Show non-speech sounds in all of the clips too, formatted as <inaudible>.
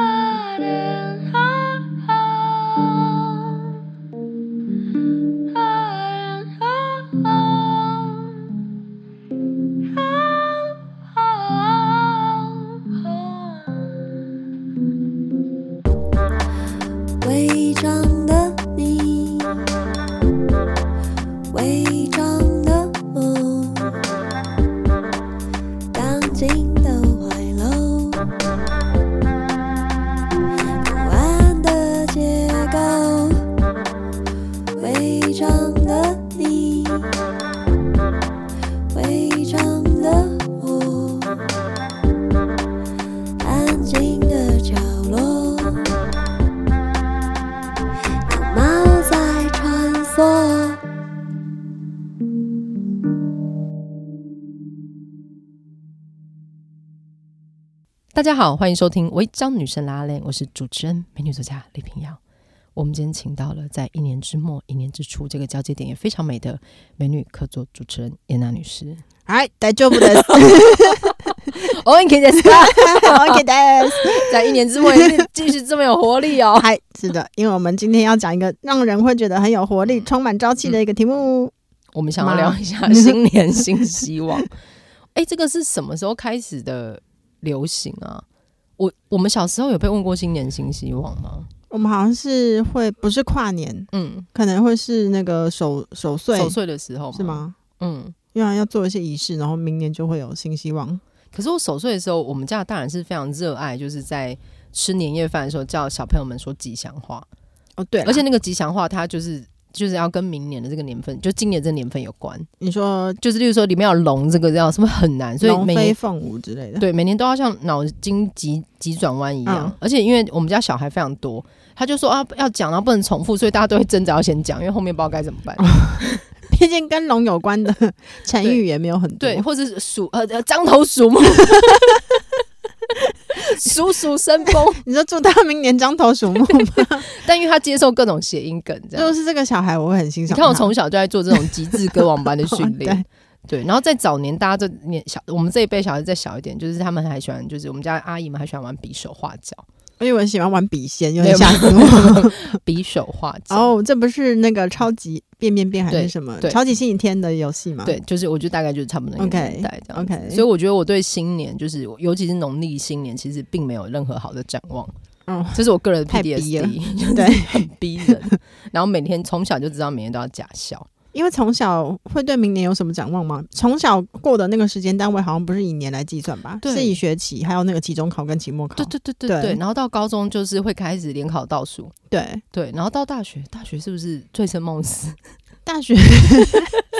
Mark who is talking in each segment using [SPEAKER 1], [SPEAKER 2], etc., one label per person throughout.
[SPEAKER 1] 아른 아아 아른 아아
[SPEAKER 2] 伪装的你，伪装的我，钢筋的怀楼，不安的结构，伪装的你，伪装的我，安静的角落。有猫在穿梭。
[SPEAKER 3] 大家好，欢迎收听《违章女神拉链》，我是主持人美女作家李平遥。我们今天请到了在一年之末、一年之初这个交接点也非常美的美女客座主持人严娜女士。
[SPEAKER 4] はい、大丈
[SPEAKER 3] <laughs>
[SPEAKER 4] 夫です。
[SPEAKER 3] 哦，你可以再说
[SPEAKER 4] OK です。
[SPEAKER 3] 在一年之末也是继续这么有活力哦。
[SPEAKER 4] 嗨，是的，因为我们今天要讲一个让人会觉得很有活力、
[SPEAKER 3] 嗯
[SPEAKER 4] 充满朝气的一个题目。
[SPEAKER 3] 我们想要聊一下新年新希望。 <laughs> 哎、这个是什么时候开始的流行啊？我我们小时候有被问过新年新希望吗？
[SPEAKER 4] 我们好像是会不是跨年，
[SPEAKER 3] 嗯，
[SPEAKER 4] 可能会是那个守守岁，
[SPEAKER 3] 守岁的时候
[SPEAKER 4] 是？吗？
[SPEAKER 3] 嗯，
[SPEAKER 4] 因为要做一些仪式，然后明年就会有新希望。
[SPEAKER 3] 可是我守岁的时候，我们家的大人是非常热爱，就是在吃年夜饭的时候叫小朋友们说吉祥话，
[SPEAKER 4] 哦，对啦，
[SPEAKER 3] 而且那个吉祥话它就是就是要跟明年的这个年份，就今年这个年份有关，
[SPEAKER 4] 你说
[SPEAKER 3] 就是例如说里面有龙这个叫什么很难，所以
[SPEAKER 4] 龙
[SPEAKER 3] 每
[SPEAKER 4] 飞
[SPEAKER 3] 年
[SPEAKER 4] 凤舞之类的，
[SPEAKER 3] 对每年都要像脑筋急急转弯一样，
[SPEAKER 4] 嗯
[SPEAKER 3] 而且因为我们家小孩非常多，他就说啊要讲，然后不能重复，所以大家都会挣扎要先讲，因为后面不知道该怎么
[SPEAKER 4] <laughs> 哦
[SPEAKER 3] 办。
[SPEAKER 4] 毕竟跟龙有关的成语也没有很多。
[SPEAKER 3] 对，或者是数呃呃獐头鼠目， <laughs> 鼠鼠生风。
[SPEAKER 4] 你说祝他明年獐头鼠目
[SPEAKER 3] <laughs>
[SPEAKER 4] 吗，
[SPEAKER 3] 但因为他接受各种谐音梗，这样。
[SPEAKER 4] 就是这个小孩，我会很欣
[SPEAKER 3] 啊你
[SPEAKER 4] 赏他。
[SPEAKER 3] 看我从小就在做这种极致歌王般的
[SPEAKER 4] <laughs>
[SPEAKER 3] 训
[SPEAKER 4] 哦
[SPEAKER 3] 练，对。然后在早年，大家就年小，我们这一辈小孩再小一点，就是他们还喜欢，就是我们家阿姨们还喜欢玩比手画
[SPEAKER 4] <laughs>
[SPEAKER 3] 脚，
[SPEAKER 4] 对，因为我喜欢玩笔仙，有
[SPEAKER 3] 没
[SPEAKER 4] 点
[SPEAKER 3] 有
[SPEAKER 4] 吓死我。
[SPEAKER 3] 比手画脚。
[SPEAKER 4] 哦，这不是那个超级变变变还
[SPEAKER 3] 对
[SPEAKER 4] 是什么
[SPEAKER 3] 对
[SPEAKER 4] 超级星期天的游戏吗？
[SPEAKER 3] 对，就是我觉得大概就是差不多那个
[SPEAKER 4] OK，
[SPEAKER 3] 年代这样子。
[SPEAKER 4] OK
[SPEAKER 3] 所以我觉得我对新年，就是尤其是农历新年，其实并没有任何好的展望。
[SPEAKER 4] 嗯
[SPEAKER 3] 这是我个人的
[SPEAKER 4] 太逼 <laughs>
[SPEAKER 3] PDSD，就是
[SPEAKER 4] 对，
[SPEAKER 3] 很逼人。然后每天从小就知道每天都要假笑，
[SPEAKER 4] 因为从小会对明年有什么展望吗？从小过的那个时间单位好像不是以年来计算吧，
[SPEAKER 3] 对
[SPEAKER 4] 是以学期，还有那个期中考跟期末考。
[SPEAKER 3] 对对对对
[SPEAKER 4] 哦对
[SPEAKER 3] 对。然后到高中就是会开始联考倒数，
[SPEAKER 4] 对
[SPEAKER 3] 对，然后到大学，大学是不是醉生梦死？ <laughs>
[SPEAKER 4] 大学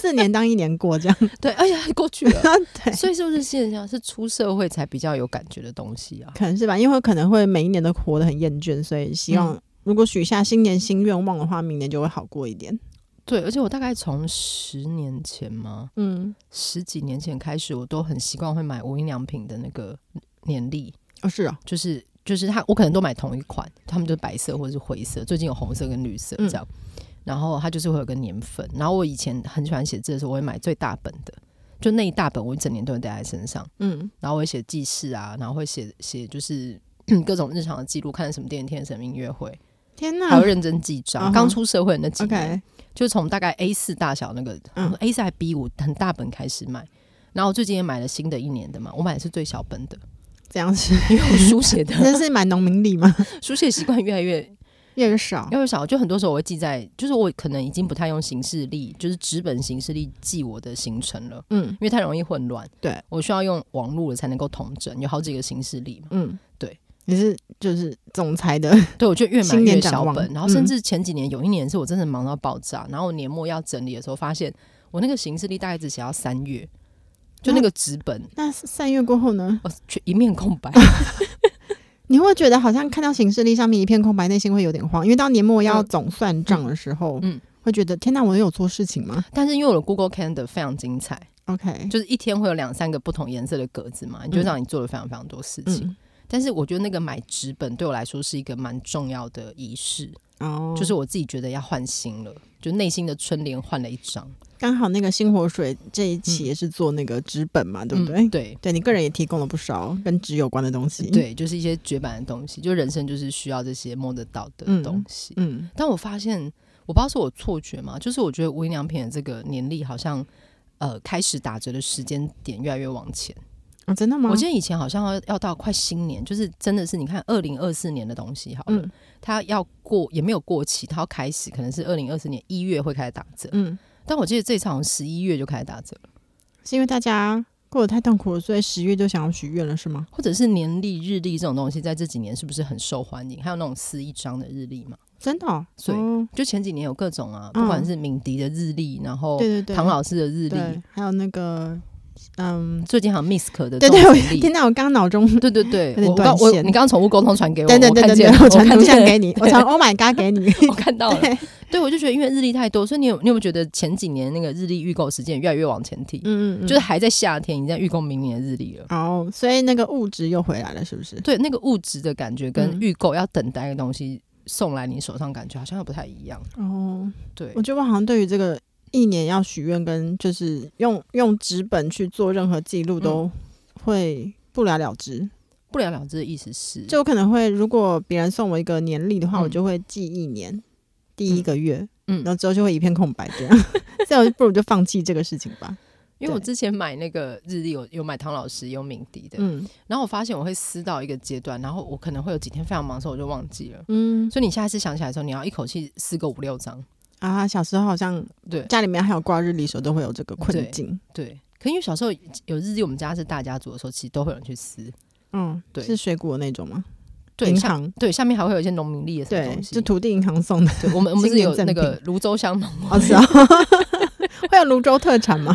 [SPEAKER 4] 四年当一年过这样。
[SPEAKER 3] 对，而且还过去了，
[SPEAKER 4] 对，
[SPEAKER 3] 所以是不是现象是出社会才比较有感觉的东西啊？
[SPEAKER 4] 可能是吧，因为可能会每一年都活得很厌倦，所以希望、如果许下新年新愿望的话，明年就会好过一点。
[SPEAKER 3] 对，而且我大概从十年前嘛，
[SPEAKER 4] 嗯，
[SPEAKER 3] 十几年前开始，我都很习惯会买无印良品的那个年历，
[SPEAKER 4] 哦是哦，
[SPEAKER 3] 就是就是它，我可能都买同一款，他们就是白色或者是灰色，最近有红色跟绿色这样。然后它就是会有个年份，然后我以前很喜欢写字的时候，我会买最大本的，就那一大本，我一整年都会带在身上。
[SPEAKER 4] 嗯，
[SPEAKER 3] 然后我会写记事啊，然后会写写就是 <clears throat> 各种日常的记录，看什么电影、听什么音乐会，
[SPEAKER 4] 天
[SPEAKER 3] 还
[SPEAKER 4] 哪
[SPEAKER 3] 要认真记账。
[SPEAKER 4] 嗯哼
[SPEAKER 3] 刚出社会的那几年
[SPEAKER 4] ，OK，
[SPEAKER 3] 就从大概 A 四大小那个、
[SPEAKER 4] 嗯
[SPEAKER 3] A 四还 B 五很大本开始买。然后我最近也买了新的一年的嘛，我买的是最小本的，
[SPEAKER 4] 这样 <laughs> 是，
[SPEAKER 3] 因为我书写的
[SPEAKER 4] 这是买农民历吗？
[SPEAKER 3] 书写习惯越来越
[SPEAKER 4] <laughs> 嗯越来越少。
[SPEAKER 3] 越来越少，就很多时候我会记在，就是我可能已经不太用行事历，就是纸本行事历记我的行程了，
[SPEAKER 4] 嗯
[SPEAKER 3] 因为太容易混乱。
[SPEAKER 4] 对
[SPEAKER 3] 我需要用网络了才能够统整，有好几个行事历嘛。
[SPEAKER 4] 嗯，
[SPEAKER 3] 对，
[SPEAKER 4] 你是就是总裁的，
[SPEAKER 3] 对，我就越买
[SPEAKER 4] 新
[SPEAKER 3] 越
[SPEAKER 4] 年展
[SPEAKER 3] 小
[SPEAKER 4] 望嗯
[SPEAKER 3] 本，然后甚至前几年有一年是我真的忙到爆炸，然后我年末要整理的时候，发现我那个行事历大概只写到三月，就那个纸本，
[SPEAKER 4] <laughs> 那三月过后呢？
[SPEAKER 3] 我全一面空
[SPEAKER 4] <laughs>
[SPEAKER 3] 白。
[SPEAKER 4] 你会觉得好像看到行事历上面一片空白，内心会有点慌，因为到年末要总算账的时候，
[SPEAKER 3] 嗯嗯
[SPEAKER 4] 嗯，会觉得天哪，我有做事情吗
[SPEAKER 3] 但是因为我的 Google Calendar 非常精彩，
[SPEAKER 4] ？OK，
[SPEAKER 3] 就是一天会有两三个不同颜色的格子嘛，你就让你做了非常非常多事情。
[SPEAKER 4] 嗯，
[SPEAKER 3] 但是我觉得那个买纸本对我来说是一个蛮重要的仪式，
[SPEAKER 4] 哦，
[SPEAKER 3] 就是我自己觉得要换新了，就内心的春联换了一张，
[SPEAKER 4] 刚好那个星火水这一期也是做那个纸本嘛，对不对？
[SPEAKER 3] 嗯对
[SPEAKER 4] 对你个人也提供了不少跟纸有关的东西。，
[SPEAKER 3] 对，就是一些绝版的东西，就人生就是需要这些摸得到的
[SPEAKER 4] 嗯
[SPEAKER 3] 东西。
[SPEAKER 4] 嗯，
[SPEAKER 3] 但我发现，我不知道是我错觉嘛，就是我觉得无印良品的这个年历好像。呃，开始打折的时间点越来越往前。
[SPEAKER 4] 啊，真的吗？
[SPEAKER 3] 我记得以前好像要要到快新年，就是真的是你看二零二四年的东西好了，
[SPEAKER 4] 嗯
[SPEAKER 3] 它要过也没有过期，它要开始可能是二零二四年一月会开始打折。
[SPEAKER 4] 嗯，
[SPEAKER 3] 但我记得这一场十一月就开始打折了，
[SPEAKER 4] 是因为大家过得太痛苦了，所以十月就想要许愿了，是吗？
[SPEAKER 3] 或者是年历、日历这种东西，在这几年是不是很受欢迎？还有那种撕一张的日历嘛，
[SPEAKER 4] 真的、哦，
[SPEAKER 3] 所以
[SPEAKER 4] 哦
[SPEAKER 3] 就前几年有各种啊，
[SPEAKER 4] 嗯
[SPEAKER 3] 不管是敏迪的日历，然后
[SPEAKER 4] 对对对，
[SPEAKER 3] 唐老师的日历
[SPEAKER 4] 对，，还有那个，嗯，
[SPEAKER 3] 最近好像 Misk 的呃
[SPEAKER 4] 对
[SPEAKER 3] 这
[SPEAKER 4] 对，
[SPEAKER 3] 种
[SPEAKER 4] 我
[SPEAKER 3] 日
[SPEAKER 4] 听
[SPEAKER 3] 历。
[SPEAKER 4] 到我刚刚脑中， <laughs>
[SPEAKER 3] 对对对
[SPEAKER 4] 有，点
[SPEAKER 3] 我刚
[SPEAKER 4] 断
[SPEAKER 3] 我
[SPEAKER 4] 线
[SPEAKER 3] 你刚刚宠物沟通传给我，
[SPEAKER 4] 等等
[SPEAKER 3] 我
[SPEAKER 4] 等
[SPEAKER 3] 看
[SPEAKER 4] 等
[SPEAKER 3] 见
[SPEAKER 4] 等
[SPEAKER 3] 了，，
[SPEAKER 4] 我传
[SPEAKER 3] 看
[SPEAKER 4] 图像
[SPEAKER 3] 见了 <laughs> 哦
[SPEAKER 4] 给你，我传 Oh my God 给你。 <laughs>
[SPEAKER 3] 我看到了。
[SPEAKER 4] 对嗯
[SPEAKER 3] 对，我就觉得因为日历太多，所以你有你有没有觉得前几年那个日历预购时间越来越往前提？
[SPEAKER 4] 嗯嗯嗯，
[SPEAKER 3] 就是还在夏天，已经在预购明年的日历了。
[SPEAKER 4] 哦，所以那个物质又回来了，是不是？
[SPEAKER 3] 对，那个物质的感觉跟
[SPEAKER 4] 嗯
[SPEAKER 3] 预购要等待的东西送来你手上，感觉好像又不太一样。
[SPEAKER 4] 哦，
[SPEAKER 3] 对
[SPEAKER 4] 我，觉得我好像对于这个一年要许愿跟就是用用纸本去做任何记
[SPEAKER 3] 嗯
[SPEAKER 4] 录都会不了了之，
[SPEAKER 3] 不了了之的意思是，
[SPEAKER 4] 就我可能会如果别人送我一个年历的话，
[SPEAKER 3] 嗯
[SPEAKER 4] 我就会记一年。第一个月，
[SPEAKER 3] 嗯
[SPEAKER 4] 然，后之后就会一片空白，这样， <laughs> 所以我就不如就放弃这个事情吧。
[SPEAKER 3] 因为我
[SPEAKER 4] 对
[SPEAKER 3] 之前买那个日历，有有买唐老师，有敏迪的，
[SPEAKER 4] 嗯
[SPEAKER 3] 然后我发现我会撕到一个阶段，然后我可能会有几天非常忙的时候，我就忘记了。
[SPEAKER 4] 嗯
[SPEAKER 3] 所以你下次想起来的时候，你要一口气撕个五六张。
[SPEAKER 4] 啊，小时候好像
[SPEAKER 3] 对
[SPEAKER 4] 家里面还有挂日历的时候都会有这个困
[SPEAKER 3] 对
[SPEAKER 4] 境，
[SPEAKER 3] 对，可因为小时候有日历，我们家是大家族的时候，其实都会有人去撕。
[SPEAKER 4] 嗯，
[SPEAKER 3] 对
[SPEAKER 4] 是水果那种吗？
[SPEAKER 3] 对，
[SPEAKER 4] 银
[SPEAKER 3] 像
[SPEAKER 4] 行，
[SPEAKER 3] 对，下面还会有一些农民历的什么
[SPEAKER 4] 对，
[SPEAKER 3] 东西
[SPEAKER 4] 就。土地银
[SPEAKER 3] <laughs>
[SPEAKER 4] 行送的，
[SPEAKER 3] 对，我们我们
[SPEAKER 4] 新
[SPEAKER 3] 是
[SPEAKER 4] 年
[SPEAKER 3] 有
[SPEAKER 4] 赠
[SPEAKER 3] 那个泸州香农
[SPEAKER 4] 哦，是啊， <laughs> 会有�州州特产吗？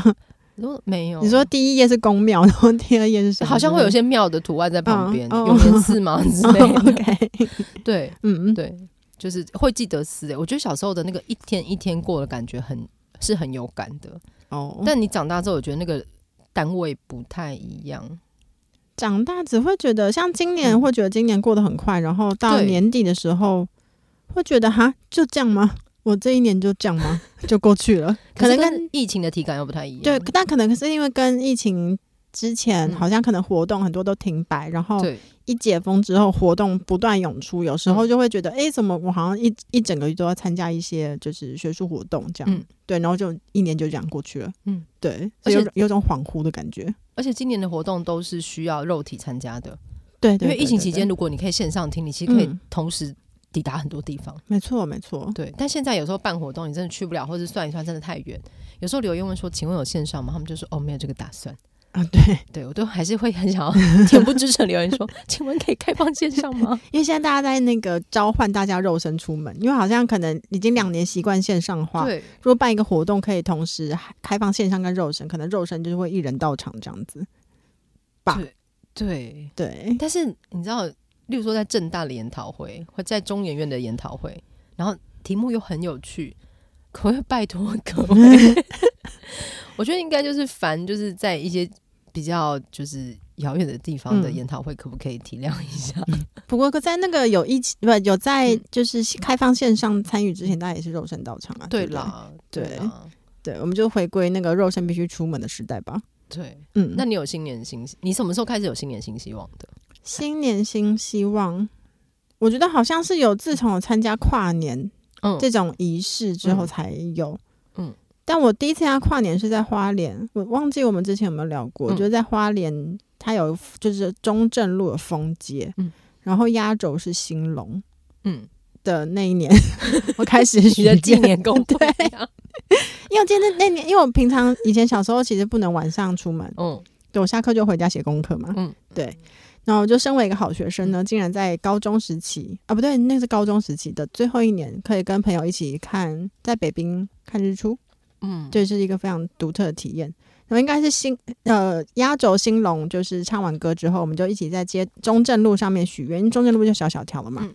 [SPEAKER 3] 你说没有？
[SPEAKER 4] 你说第一页是公庙，然后第二页是什么？
[SPEAKER 3] 好像会有
[SPEAKER 4] <laughs>
[SPEAKER 3] 一些庙的图案在旁边，
[SPEAKER 4] 嗯
[SPEAKER 3] 有年字吗之
[SPEAKER 4] 哦
[SPEAKER 3] 类的？
[SPEAKER 4] OK，
[SPEAKER 3] 对
[SPEAKER 4] 嗯嗯，
[SPEAKER 3] 对，就是会记得撕、欸。我觉得小时候的那个一天一天过的感觉很是很有感的，
[SPEAKER 4] 哦，但
[SPEAKER 3] 但你长大之后，我觉得那个单位不太一样。
[SPEAKER 4] 长大只会觉得，像今年
[SPEAKER 3] 嗯
[SPEAKER 4] 会觉得今年过得很快，然后到
[SPEAKER 3] 对
[SPEAKER 4] 年底的时候会觉得哈，就这样吗？我这一年就这样吗？就过去了，可能
[SPEAKER 3] 是
[SPEAKER 4] 跟
[SPEAKER 3] 疫情的体感又不太一样。
[SPEAKER 4] 对，但可能是因为跟疫情。之前
[SPEAKER 3] 嗯
[SPEAKER 4] 好像可能活动很多都停摆，然后
[SPEAKER 3] 对嗯
[SPEAKER 4] 一解封之后活动不断涌出，有时候就会觉得，哎、怎么我好像一一整个月都要参加一些就是学术活动这样，
[SPEAKER 3] 嗯
[SPEAKER 4] 对，然后就一年就这样过去了，
[SPEAKER 3] 嗯，
[SPEAKER 4] 对，
[SPEAKER 3] 而
[SPEAKER 4] 所以
[SPEAKER 3] 且
[SPEAKER 4] 有有种恍惚的感觉，
[SPEAKER 3] 而且今年的活动都是需要肉体参加的，
[SPEAKER 4] 对，对
[SPEAKER 3] 因为疫情
[SPEAKER 4] 对
[SPEAKER 3] 期
[SPEAKER 4] 对
[SPEAKER 3] 间，如果你可以线上听，你其实可以
[SPEAKER 4] 嗯
[SPEAKER 3] 同时抵达很多地方。
[SPEAKER 4] 没错没错，
[SPEAKER 3] 对，但现在有时候办活动你真的去不了，或者算一算真的太远。有时候留言问说：“请问有线上吗？”他们就说：“哦，没有这个打算。
[SPEAKER 4] 啊对，
[SPEAKER 3] 对”我都还是会很想要 <laughs> 恬不知耻地留言说：“ <laughs> 请问可以开放线上
[SPEAKER 4] <laughs>
[SPEAKER 3] 吗
[SPEAKER 4] 因为现在大家在那个召唤大家肉身出门，因为好像可能已经两年习惯线上？”化，如
[SPEAKER 3] 对，
[SPEAKER 4] 果办一个活动可以同时开放线上跟肉身，可能肉身就是会一人到场这样子，吧
[SPEAKER 3] 对对。
[SPEAKER 4] 对，
[SPEAKER 3] 但是你知道，例如说在正大的研讨会，或在中研院的研讨会，然后题目又很有趣，可不可以拜托各位？ <laughs> 我觉得应该就是凡就是在一些比较就是遥远的地方的
[SPEAKER 4] 嗯
[SPEAKER 3] 研讨会，可不可以体谅一下？
[SPEAKER 4] 不过在那个有疫情不有在
[SPEAKER 3] 嗯
[SPEAKER 4] 就是开放线上参与之前，大家也是肉身到场啊。
[SPEAKER 3] <laughs> 对
[SPEAKER 4] 不
[SPEAKER 3] 啦，
[SPEAKER 4] 对
[SPEAKER 3] 对啦，
[SPEAKER 4] 对，我们就回归那个肉身必须出门的时代吧。
[SPEAKER 3] 对。
[SPEAKER 4] 嗯，
[SPEAKER 3] 那你有新年新希？你什么时候开始有新年新希望的？
[SPEAKER 4] 新年新希望，我觉得好像是有自从我参加跨年
[SPEAKER 3] 嗯，
[SPEAKER 4] 这种仪式之后
[SPEAKER 3] 嗯
[SPEAKER 4] 才有。
[SPEAKER 3] 嗯
[SPEAKER 4] 但我第一次参加跨年是在花莲，我忘记我们之前有没有聊过，
[SPEAKER 3] 嗯
[SPEAKER 4] 就是在花莲，它有就是中正路有风街，
[SPEAKER 3] 嗯
[SPEAKER 4] 然后压轴是兴隆
[SPEAKER 3] 嗯，的
[SPEAKER 4] 的那一年， <laughs> 我开始许
[SPEAKER 3] 你的
[SPEAKER 4] 愿
[SPEAKER 3] 纪念啊跟我不一样。
[SPEAKER 4] 因为我记得那年，因为我平常以前小时候其实不能晚上出门，
[SPEAKER 3] <laughs> 嗯
[SPEAKER 4] 对我下课就回家写功课嘛。
[SPEAKER 3] 嗯，
[SPEAKER 4] 对。然后我就身为一个好学生呢，竟然在高中时期啊，不对，那是高中时期的最后一年，可以跟朋友一起看在北冰看日出，
[SPEAKER 3] 嗯，
[SPEAKER 4] 这是一个非常独特的体验。然后应该是新呃压轴兴隆，就是唱完歌之后，我们就一起在街中正路上面许愿，因为中正路就小小条了嘛。
[SPEAKER 3] 嗯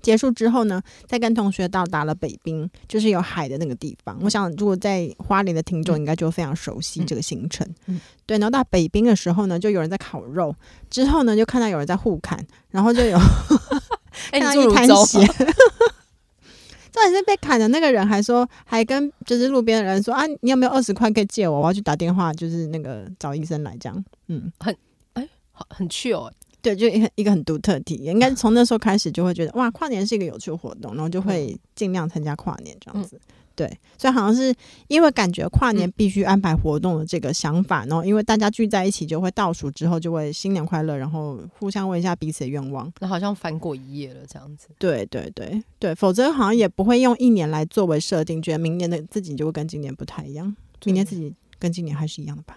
[SPEAKER 4] 结束之后呢，再跟同学到达了北滨，就是有海的那个地方。我想，如果在花莲的听众应该就非常熟悉这个行程。
[SPEAKER 3] 嗯嗯嗯
[SPEAKER 4] 对，然后到北滨的时候呢，就有人在烤肉，之后呢，就看到有人在互砍，然后就有
[SPEAKER 3] 哎、
[SPEAKER 4] 看
[SPEAKER 3] 你
[SPEAKER 4] 到
[SPEAKER 3] 住
[SPEAKER 4] 一
[SPEAKER 3] 泸
[SPEAKER 4] 滩
[SPEAKER 3] 州
[SPEAKER 4] 血。 <laughs> 重点是被砍的那个人还说，还跟就是路边的人说啊，你有没有二十块可以借我？我要去打电话，就是那个找医生来这样。嗯，
[SPEAKER 3] 好很去哦，
[SPEAKER 4] 对，就一个一个很独特的体验。应该是从那时候开始就会觉得哇，跨年是一个有趣的活动，然后就
[SPEAKER 3] 嗯
[SPEAKER 4] 会尽量参加跨年这样子。对，所以好像是因为感觉跨
[SPEAKER 3] 嗯
[SPEAKER 4] 年必须安排活动的这个想法，然后因为大家聚在一起就会倒数之后就会新年快乐，然后互相问一下彼此的愿望。
[SPEAKER 3] 那好像翻过一页了这样子。
[SPEAKER 4] 对对对对，否则好像也不会用一年来作为设定，觉得明年的自己就会跟今年不太一样，明年自己跟今年还是一样的吧，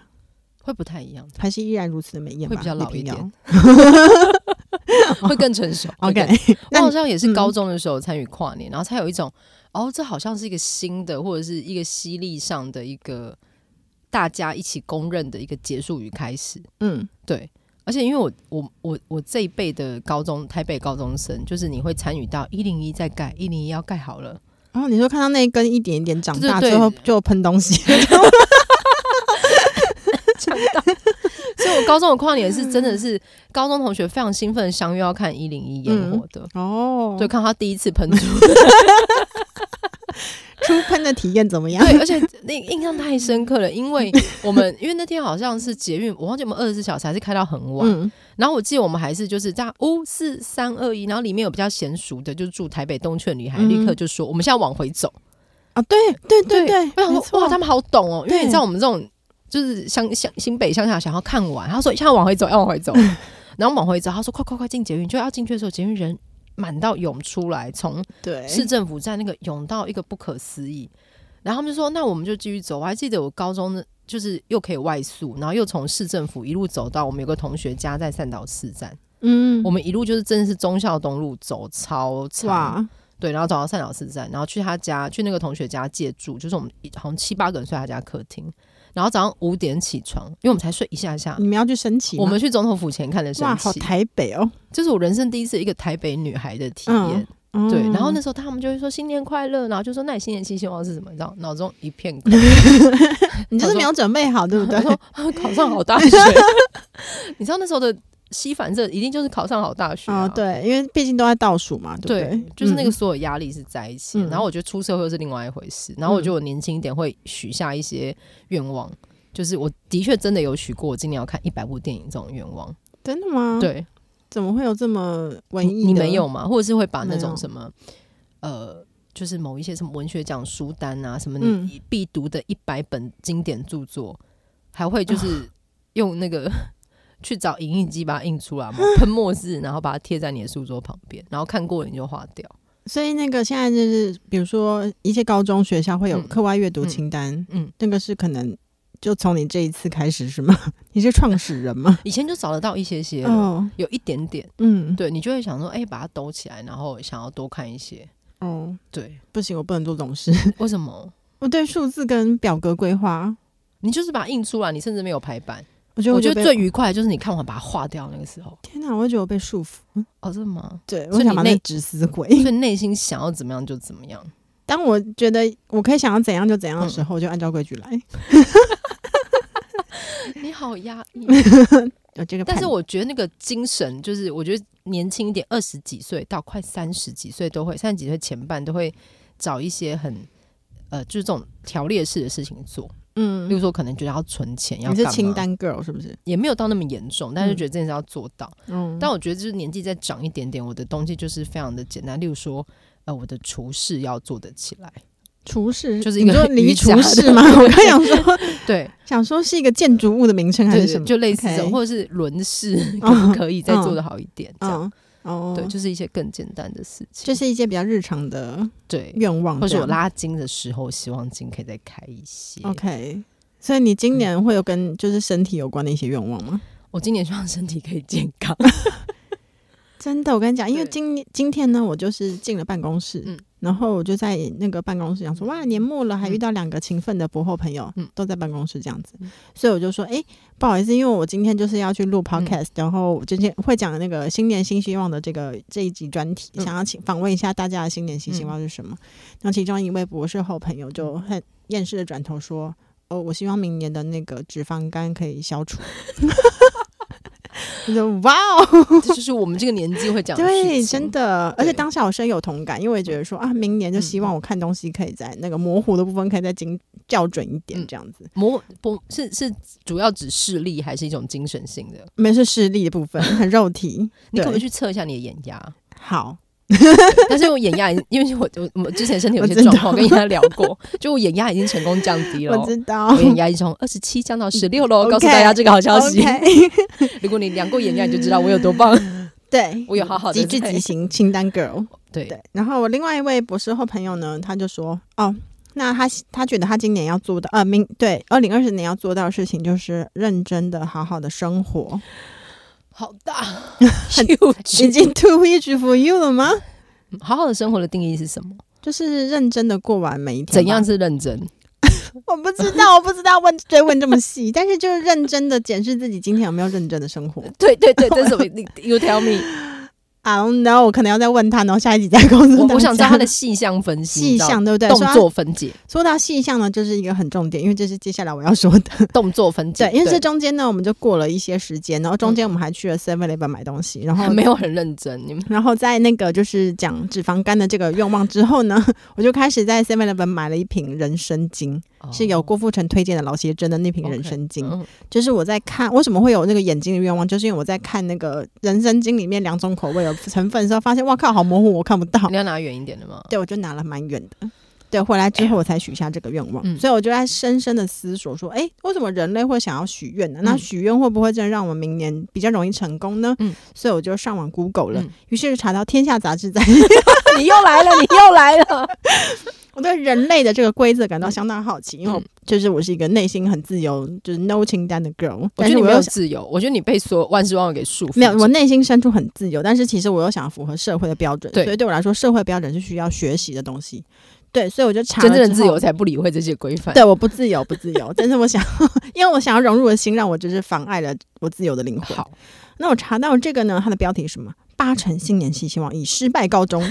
[SPEAKER 3] 会不太一样，
[SPEAKER 4] 还是依然如此的美艳
[SPEAKER 3] 会
[SPEAKER 4] 吧，
[SPEAKER 3] 比较老
[SPEAKER 4] 李
[SPEAKER 3] 一
[SPEAKER 4] 平遥
[SPEAKER 3] 点。， <laughs> 会更成熟。会更
[SPEAKER 4] <laughs> OK，
[SPEAKER 3] 我
[SPEAKER 4] 那
[SPEAKER 3] 好
[SPEAKER 4] 你嗯
[SPEAKER 3] 像也是高中的时候参与跨年，然后才有一种哦，这好像是一个新的或者是一个犀利上的一个大家一起公认的一个结束与开始。
[SPEAKER 4] 嗯
[SPEAKER 3] 对，而且因为我我我我这一辈的高中台北高中生，就是你会参与到一零一在盖，一零一要盖好了， <laughs>
[SPEAKER 4] 然后、哦、你说看到那一根一点一点长
[SPEAKER 3] 对
[SPEAKER 4] 大
[SPEAKER 3] 对
[SPEAKER 4] 之后就喷东西，
[SPEAKER 3] 所以我高中的跨年是真的是高中同学非常兴奋地相约要看一零一烟火的。
[SPEAKER 4] 哦，
[SPEAKER 3] 就看他第一次喷出，
[SPEAKER 4] 出喷的体验怎么样？
[SPEAKER 3] 对，而且那印象太深刻了，因为我们因为那天好像是捷运，我忘记我们二十四小时还是开到很晚，
[SPEAKER 4] 嗯
[SPEAKER 3] 然后我记得我们还是就是这样五四三二一，然后里面有比较娴熟的，就是住台北东区的女孩，
[SPEAKER 4] 嗯
[SPEAKER 3] 立刻就说我们现在往回走，
[SPEAKER 4] 啊，对对对对，
[SPEAKER 3] 我
[SPEAKER 4] 没
[SPEAKER 3] 想说
[SPEAKER 4] 错
[SPEAKER 3] 哇，他们好懂哦，因为
[SPEAKER 4] 对
[SPEAKER 3] 你知道我们这种就是乡乡新北乡下想要看完，他说现在往回走，要往回走，
[SPEAKER 4] 嗯
[SPEAKER 3] 然后往回走，他说快快快进捷运，就要进去的时候，捷运人满到涌出来，从
[SPEAKER 4] 对
[SPEAKER 3] 市政府站那个涌到一个不可思议，然后他们就说那我们就继续走，我还记得我高中的。就是又可以外宿，然后又从市政府一路走到我们有个同学家在三岛市站，
[SPEAKER 4] 嗯
[SPEAKER 3] 我们一路就是真的是忠孝东路走超长，
[SPEAKER 4] 哇
[SPEAKER 3] 对，然后走到善导寺站，然后去他家，去那个同学家借住，就是我们一好像七八个人睡他家客厅，然后早上五点起床，因为我们才睡一下下
[SPEAKER 4] 你，们要去升旗吗，
[SPEAKER 3] 我们去总统府前看的升
[SPEAKER 4] 嗯哇好
[SPEAKER 3] 旗，
[SPEAKER 4] 台北哦，
[SPEAKER 3] 这是我人生第一次一个台北女孩的体验，
[SPEAKER 4] 嗯
[SPEAKER 3] 对，然后那时候他们就会说新年快乐，然后就说那你新年新希望是什么？你知道，脑中一片空白
[SPEAKER 4] 你就是没有准备好，对不对
[SPEAKER 3] <laughs> 他？说啊考上好大学， <laughs> 你知道那时候的西反正一定就是考上好大学、啊
[SPEAKER 4] 哦，对，因为毕竟都在倒数嘛，对不
[SPEAKER 3] 对
[SPEAKER 4] 对？，
[SPEAKER 3] 就是那个
[SPEAKER 4] 嗯
[SPEAKER 3] 所有压力是在一起。
[SPEAKER 4] 嗯
[SPEAKER 3] 然后我觉得出社会又是另外一回事。然后我觉得我年轻一点会许下一些愿望，就是我的确真的有许过我今年要看一百部电影这种愿望。
[SPEAKER 4] 真的吗？，
[SPEAKER 3] 对，
[SPEAKER 4] 怎么会有这么文
[SPEAKER 3] 你
[SPEAKER 4] 艺
[SPEAKER 3] 你
[SPEAKER 4] 的
[SPEAKER 3] 没有吗？或者是会把那
[SPEAKER 4] 没
[SPEAKER 3] 种
[SPEAKER 4] 有
[SPEAKER 3] 什么呃。就是某一些什么文学奖书单啊，什么
[SPEAKER 4] 嗯
[SPEAKER 3] 你必读的一百本经典著作，还会
[SPEAKER 4] 啊
[SPEAKER 3] 就是用那个去找影印机把它印出来嘛，喷
[SPEAKER 4] <laughs>
[SPEAKER 3] 墨字，然后把它贴在你的书桌旁边，然后看过了你就划掉。
[SPEAKER 4] 所以那个现在就是，比如说一些高中学校会有
[SPEAKER 3] 嗯
[SPEAKER 4] 课外阅读清单，
[SPEAKER 3] 嗯，
[SPEAKER 4] 那个是可能就从你这一次开始是吗？ <laughs> 你是创始人
[SPEAKER 3] <laughs>
[SPEAKER 4] 吗？
[SPEAKER 3] 以前就找得到一些些了，
[SPEAKER 4] 哦，
[SPEAKER 3] 有一点点，
[SPEAKER 4] 嗯，
[SPEAKER 3] 对你就会想说，哎、把它兜起来，然后想要多看一些。
[SPEAKER 4] 哦， <laughs>
[SPEAKER 3] 对，
[SPEAKER 4] 不行，我不能做这种事。 <laughs>
[SPEAKER 3] 为什么？
[SPEAKER 4] 我对数字跟表格规划，
[SPEAKER 3] 你就是把它印出来，你甚至没有排版。
[SPEAKER 4] 我觉得
[SPEAKER 3] 我觉
[SPEAKER 4] 就
[SPEAKER 3] 得
[SPEAKER 4] 被
[SPEAKER 3] 最愉快的就是你看完把它划掉那个时候。
[SPEAKER 4] 天哪，我会觉得我被束缚。？
[SPEAKER 3] 哦，真的吗
[SPEAKER 4] 对，
[SPEAKER 3] 所以
[SPEAKER 4] 我想
[SPEAKER 3] 你
[SPEAKER 4] 把那
[SPEAKER 3] 内
[SPEAKER 4] 纸撕毁。
[SPEAKER 3] 所以内心想要怎么样就怎么样。
[SPEAKER 4] <laughs> 当我觉得我可以想要怎样就怎样的
[SPEAKER 3] 嗯
[SPEAKER 4] 时候，就按照规矩来。
[SPEAKER 3] <laughs> 你好压
[SPEAKER 4] <laughs>
[SPEAKER 3] 抑，
[SPEAKER 4] 有这个判，
[SPEAKER 3] 但是我觉得那个精神，就是我觉得年轻一点，二十几岁到快三十几岁都会，三十几岁前半都会找一些很呃，就是这种条列式的事情做。
[SPEAKER 4] 嗯
[SPEAKER 3] 例，如说，可能觉得要存钱，要
[SPEAKER 4] 你是
[SPEAKER 3] 干嘛
[SPEAKER 4] 清单 girl 是不是？
[SPEAKER 3] 也没有到那么严重，但是
[SPEAKER 4] 嗯
[SPEAKER 3] 觉得这件事要做到。
[SPEAKER 4] 嗯，
[SPEAKER 3] 但我觉得就是年纪再长一点点，我的东西就是非常的简单，例如说。呃，我的厨师要做得起来，
[SPEAKER 4] 厨师
[SPEAKER 3] 就是一
[SPEAKER 4] 你
[SPEAKER 3] 个
[SPEAKER 4] 说离
[SPEAKER 3] 瑜伽
[SPEAKER 4] 厨
[SPEAKER 3] 的
[SPEAKER 4] 师吗？ <laughs> 我刚想说，
[SPEAKER 3] 对，
[SPEAKER 4] 想说是一个建筑物的名嗯称还
[SPEAKER 3] 对
[SPEAKER 4] 是
[SPEAKER 3] 对
[SPEAKER 4] 什，么？
[SPEAKER 3] 就类似这种，
[SPEAKER 4] OK
[SPEAKER 3] 或者是轮
[SPEAKER 4] <laughs>
[SPEAKER 3] 式可不可以再
[SPEAKER 4] 嗯
[SPEAKER 3] 做得好一点？这样，
[SPEAKER 4] 嗯，哦，
[SPEAKER 3] 对，就是一些更简单的事情，
[SPEAKER 4] 就是一些比较日常的
[SPEAKER 3] 对，
[SPEAKER 4] 愿望，
[SPEAKER 3] 或
[SPEAKER 4] 这
[SPEAKER 3] 是
[SPEAKER 4] 样
[SPEAKER 3] 我拉筋的时候，希望筋可以再开一嗯些。
[SPEAKER 4] OK。所以你今年会有跟就是身体有关的一些愿望吗？
[SPEAKER 3] 我今年希望身体可以健
[SPEAKER 4] <laughs>
[SPEAKER 3] 康，
[SPEAKER 4] 真的，我跟你讲，因为
[SPEAKER 3] 对
[SPEAKER 4] 今今天呢，我就是进了办公室，
[SPEAKER 3] 嗯
[SPEAKER 4] 然后我就在那个办公室想说，哇，年末了还遇到两个勤奋的博后朋友，
[SPEAKER 3] 嗯
[SPEAKER 4] 都在办公室这样子，
[SPEAKER 3] 嗯
[SPEAKER 4] 所以我就说，哎、不好意思，因为我今天就是要去录 podcast，、然
[SPEAKER 3] 嗯
[SPEAKER 4] 后我今天会讲那个新年新希望的这个这一集专题，
[SPEAKER 3] 嗯
[SPEAKER 4] 想要请访问一下大家的新年新希望是什么。然后其中一位博士后朋友就很厌世的转头说，哦，我希望明年的那个脂肪肝可以
[SPEAKER 3] <laughs>
[SPEAKER 4] 消除。我就哇哦，
[SPEAKER 3] 这就是我们这个年纪会讲的事情。
[SPEAKER 4] 对，真的，而
[SPEAKER 3] 对
[SPEAKER 4] 且
[SPEAKER 3] 嗯
[SPEAKER 4] 当下我深有同感，因为我也觉得说啊，明年就希望我看东西可以在那个模糊的部分可以再精校准一点
[SPEAKER 3] 嗯，
[SPEAKER 4] 这样子，
[SPEAKER 3] 模不是是主要指视力，还是一种精神性的？
[SPEAKER 4] 没是视力的部分，很肉体。
[SPEAKER 3] 你可不可以
[SPEAKER 4] 对
[SPEAKER 3] 去测一下你的眼压？
[SPEAKER 4] 好，
[SPEAKER 3] 但是我眼压已经，
[SPEAKER 4] <laughs>
[SPEAKER 3] 因为我我我之前身体有
[SPEAKER 4] 我
[SPEAKER 3] 些
[SPEAKER 4] 知道
[SPEAKER 3] 状况，我跟大家聊过，就我眼压已经成功降低了
[SPEAKER 4] <laughs> 我。知道
[SPEAKER 3] 我。眼压已经从二十七降到十六喽，
[SPEAKER 4] <laughs> OK，
[SPEAKER 3] 告诉大家这个好消息。 <laughs>
[SPEAKER 4] OK，
[SPEAKER 3] 如果你量过眼压，你就知道我有多棒。 <laughs>
[SPEAKER 4] 对，
[SPEAKER 3] 我有好好地
[SPEAKER 4] 极致
[SPEAKER 3] 在 <laughs>
[SPEAKER 4] 极行清单 girl。
[SPEAKER 3] 对，
[SPEAKER 4] 对，然后我另外一位博士后朋友呢，他就说，哦，那他他觉得他今年要做到，呃，明对，二零二四年要做到的事情就是认真的好好的
[SPEAKER 3] <laughs>
[SPEAKER 4] 生活。
[SPEAKER 3] 好 <laughs> 大 huge。
[SPEAKER 4] 已经 too huge for you 了吗？
[SPEAKER 3] 嗯好好的生活的定义是什么？
[SPEAKER 4] 就是认真的过完每一天吧。
[SPEAKER 3] 怎样是认真？
[SPEAKER 4] 我不知道，我不知道问追问这么细，但是就是认真的检视自己今天有没有认真的生活。
[SPEAKER 3] 对对对，这是什么 <laughs> 你？You tell me。
[SPEAKER 4] I don't know，我可能要再问他，然后下一集再告诉大家
[SPEAKER 3] 我我想知道他的细项分析，你
[SPEAKER 4] 细
[SPEAKER 3] 知道
[SPEAKER 4] 项，对不对？
[SPEAKER 3] 动
[SPEAKER 4] 说到
[SPEAKER 3] 作分解， <laughs>
[SPEAKER 4] 说到细项呢，就是一个很重点，因为这是接下来我要说
[SPEAKER 3] <laughs>
[SPEAKER 4] 的。
[SPEAKER 3] 动作分解
[SPEAKER 4] 对，，因为这
[SPEAKER 3] 对嗯
[SPEAKER 4] 中间呢，我们就过了一些时间，然后中间我们还去了 Seven Eleven 买东西，然后
[SPEAKER 3] 没有很认真，你们
[SPEAKER 4] 然后在那个就是讲脂肪肝的这个愿望之后呢， <laughs> 我就开始在 Seven Eleven 买了一瓶人参精，
[SPEAKER 3] 哦
[SPEAKER 4] <laughs> 是有郭富城推荐的老邪真的那瓶人参精。
[SPEAKER 3] 嗯
[SPEAKER 4] 就是我在看，为什么会有那个眼睛的愿望？就是因为我在看那个《人参经》里面两种口味有成分的时候，发现哇靠，好模糊，我看不到。
[SPEAKER 3] 你要拿远一点的吗？
[SPEAKER 4] 对，我就拿了蛮远的。对，回来之后我才许下这个愿望，
[SPEAKER 3] 嗯
[SPEAKER 4] 所以我就在深深的思索说，哎，为什么人类会想要许愿呢？那
[SPEAKER 3] 嗯
[SPEAKER 4] 许愿会不会真的让我们明年比较容易成功呢？
[SPEAKER 3] 嗯
[SPEAKER 4] 所以我就上网 Google 了，
[SPEAKER 3] 嗯
[SPEAKER 4] 于是就查到《天下》杂志在
[SPEAKER 3] <laughs>
[SPEAKER 4] <laughs>
[SPEAKER 3] 你又来了，你又来了。
[SPEAKER 4] 我对人类的这个规则感到相当好奇，因为
[SPEAKER 3] 嗯
[SPEAKER 4] 我就是我是一个内心很自由，就是 no 清单的
[SPEAKER 3] <laughs>
[SPEAKER 4] girl，
[SPEAKER 3] 我
[SPEAKER 4] 但
[SPEAKER 3] 觉得
[SPEAKER 4] 是
[SPEAKER 3] 你
[SPEAKER 4] 我
[SPEAKER 3] 没
[SPEAKER 4] 又
[SPEAKER 3] 有自由，我觉得你被所有万事万物给束缚。
[SPEAKER 4] 没有，我内心深处很自由，但是其实我又想符合社会的标准，
[SPEAKER 3] 对
[SPEAKER 4] 所以对我来说，社会标准是需要学习的东西。对，所以我就查了
[SPEAKER 3] 真正的
[SPEAKER 4] 之
[SPEAKER 3] 自
[SPEAKER 4] 后
[SPEAKER 3] 由。才不理会这些规范。
[SPEAKER 4] 对，我不自由，不自由。但是我想，因为我想要融入的心，让我就是妨碍了我自由的灵魂。
[SPEAKER 3] 好，
[SPEAKER 4] 那我查到这个呢，它的标题是什么？八成新年新希望以失败告终。
[SPEAKER 3] <laughs>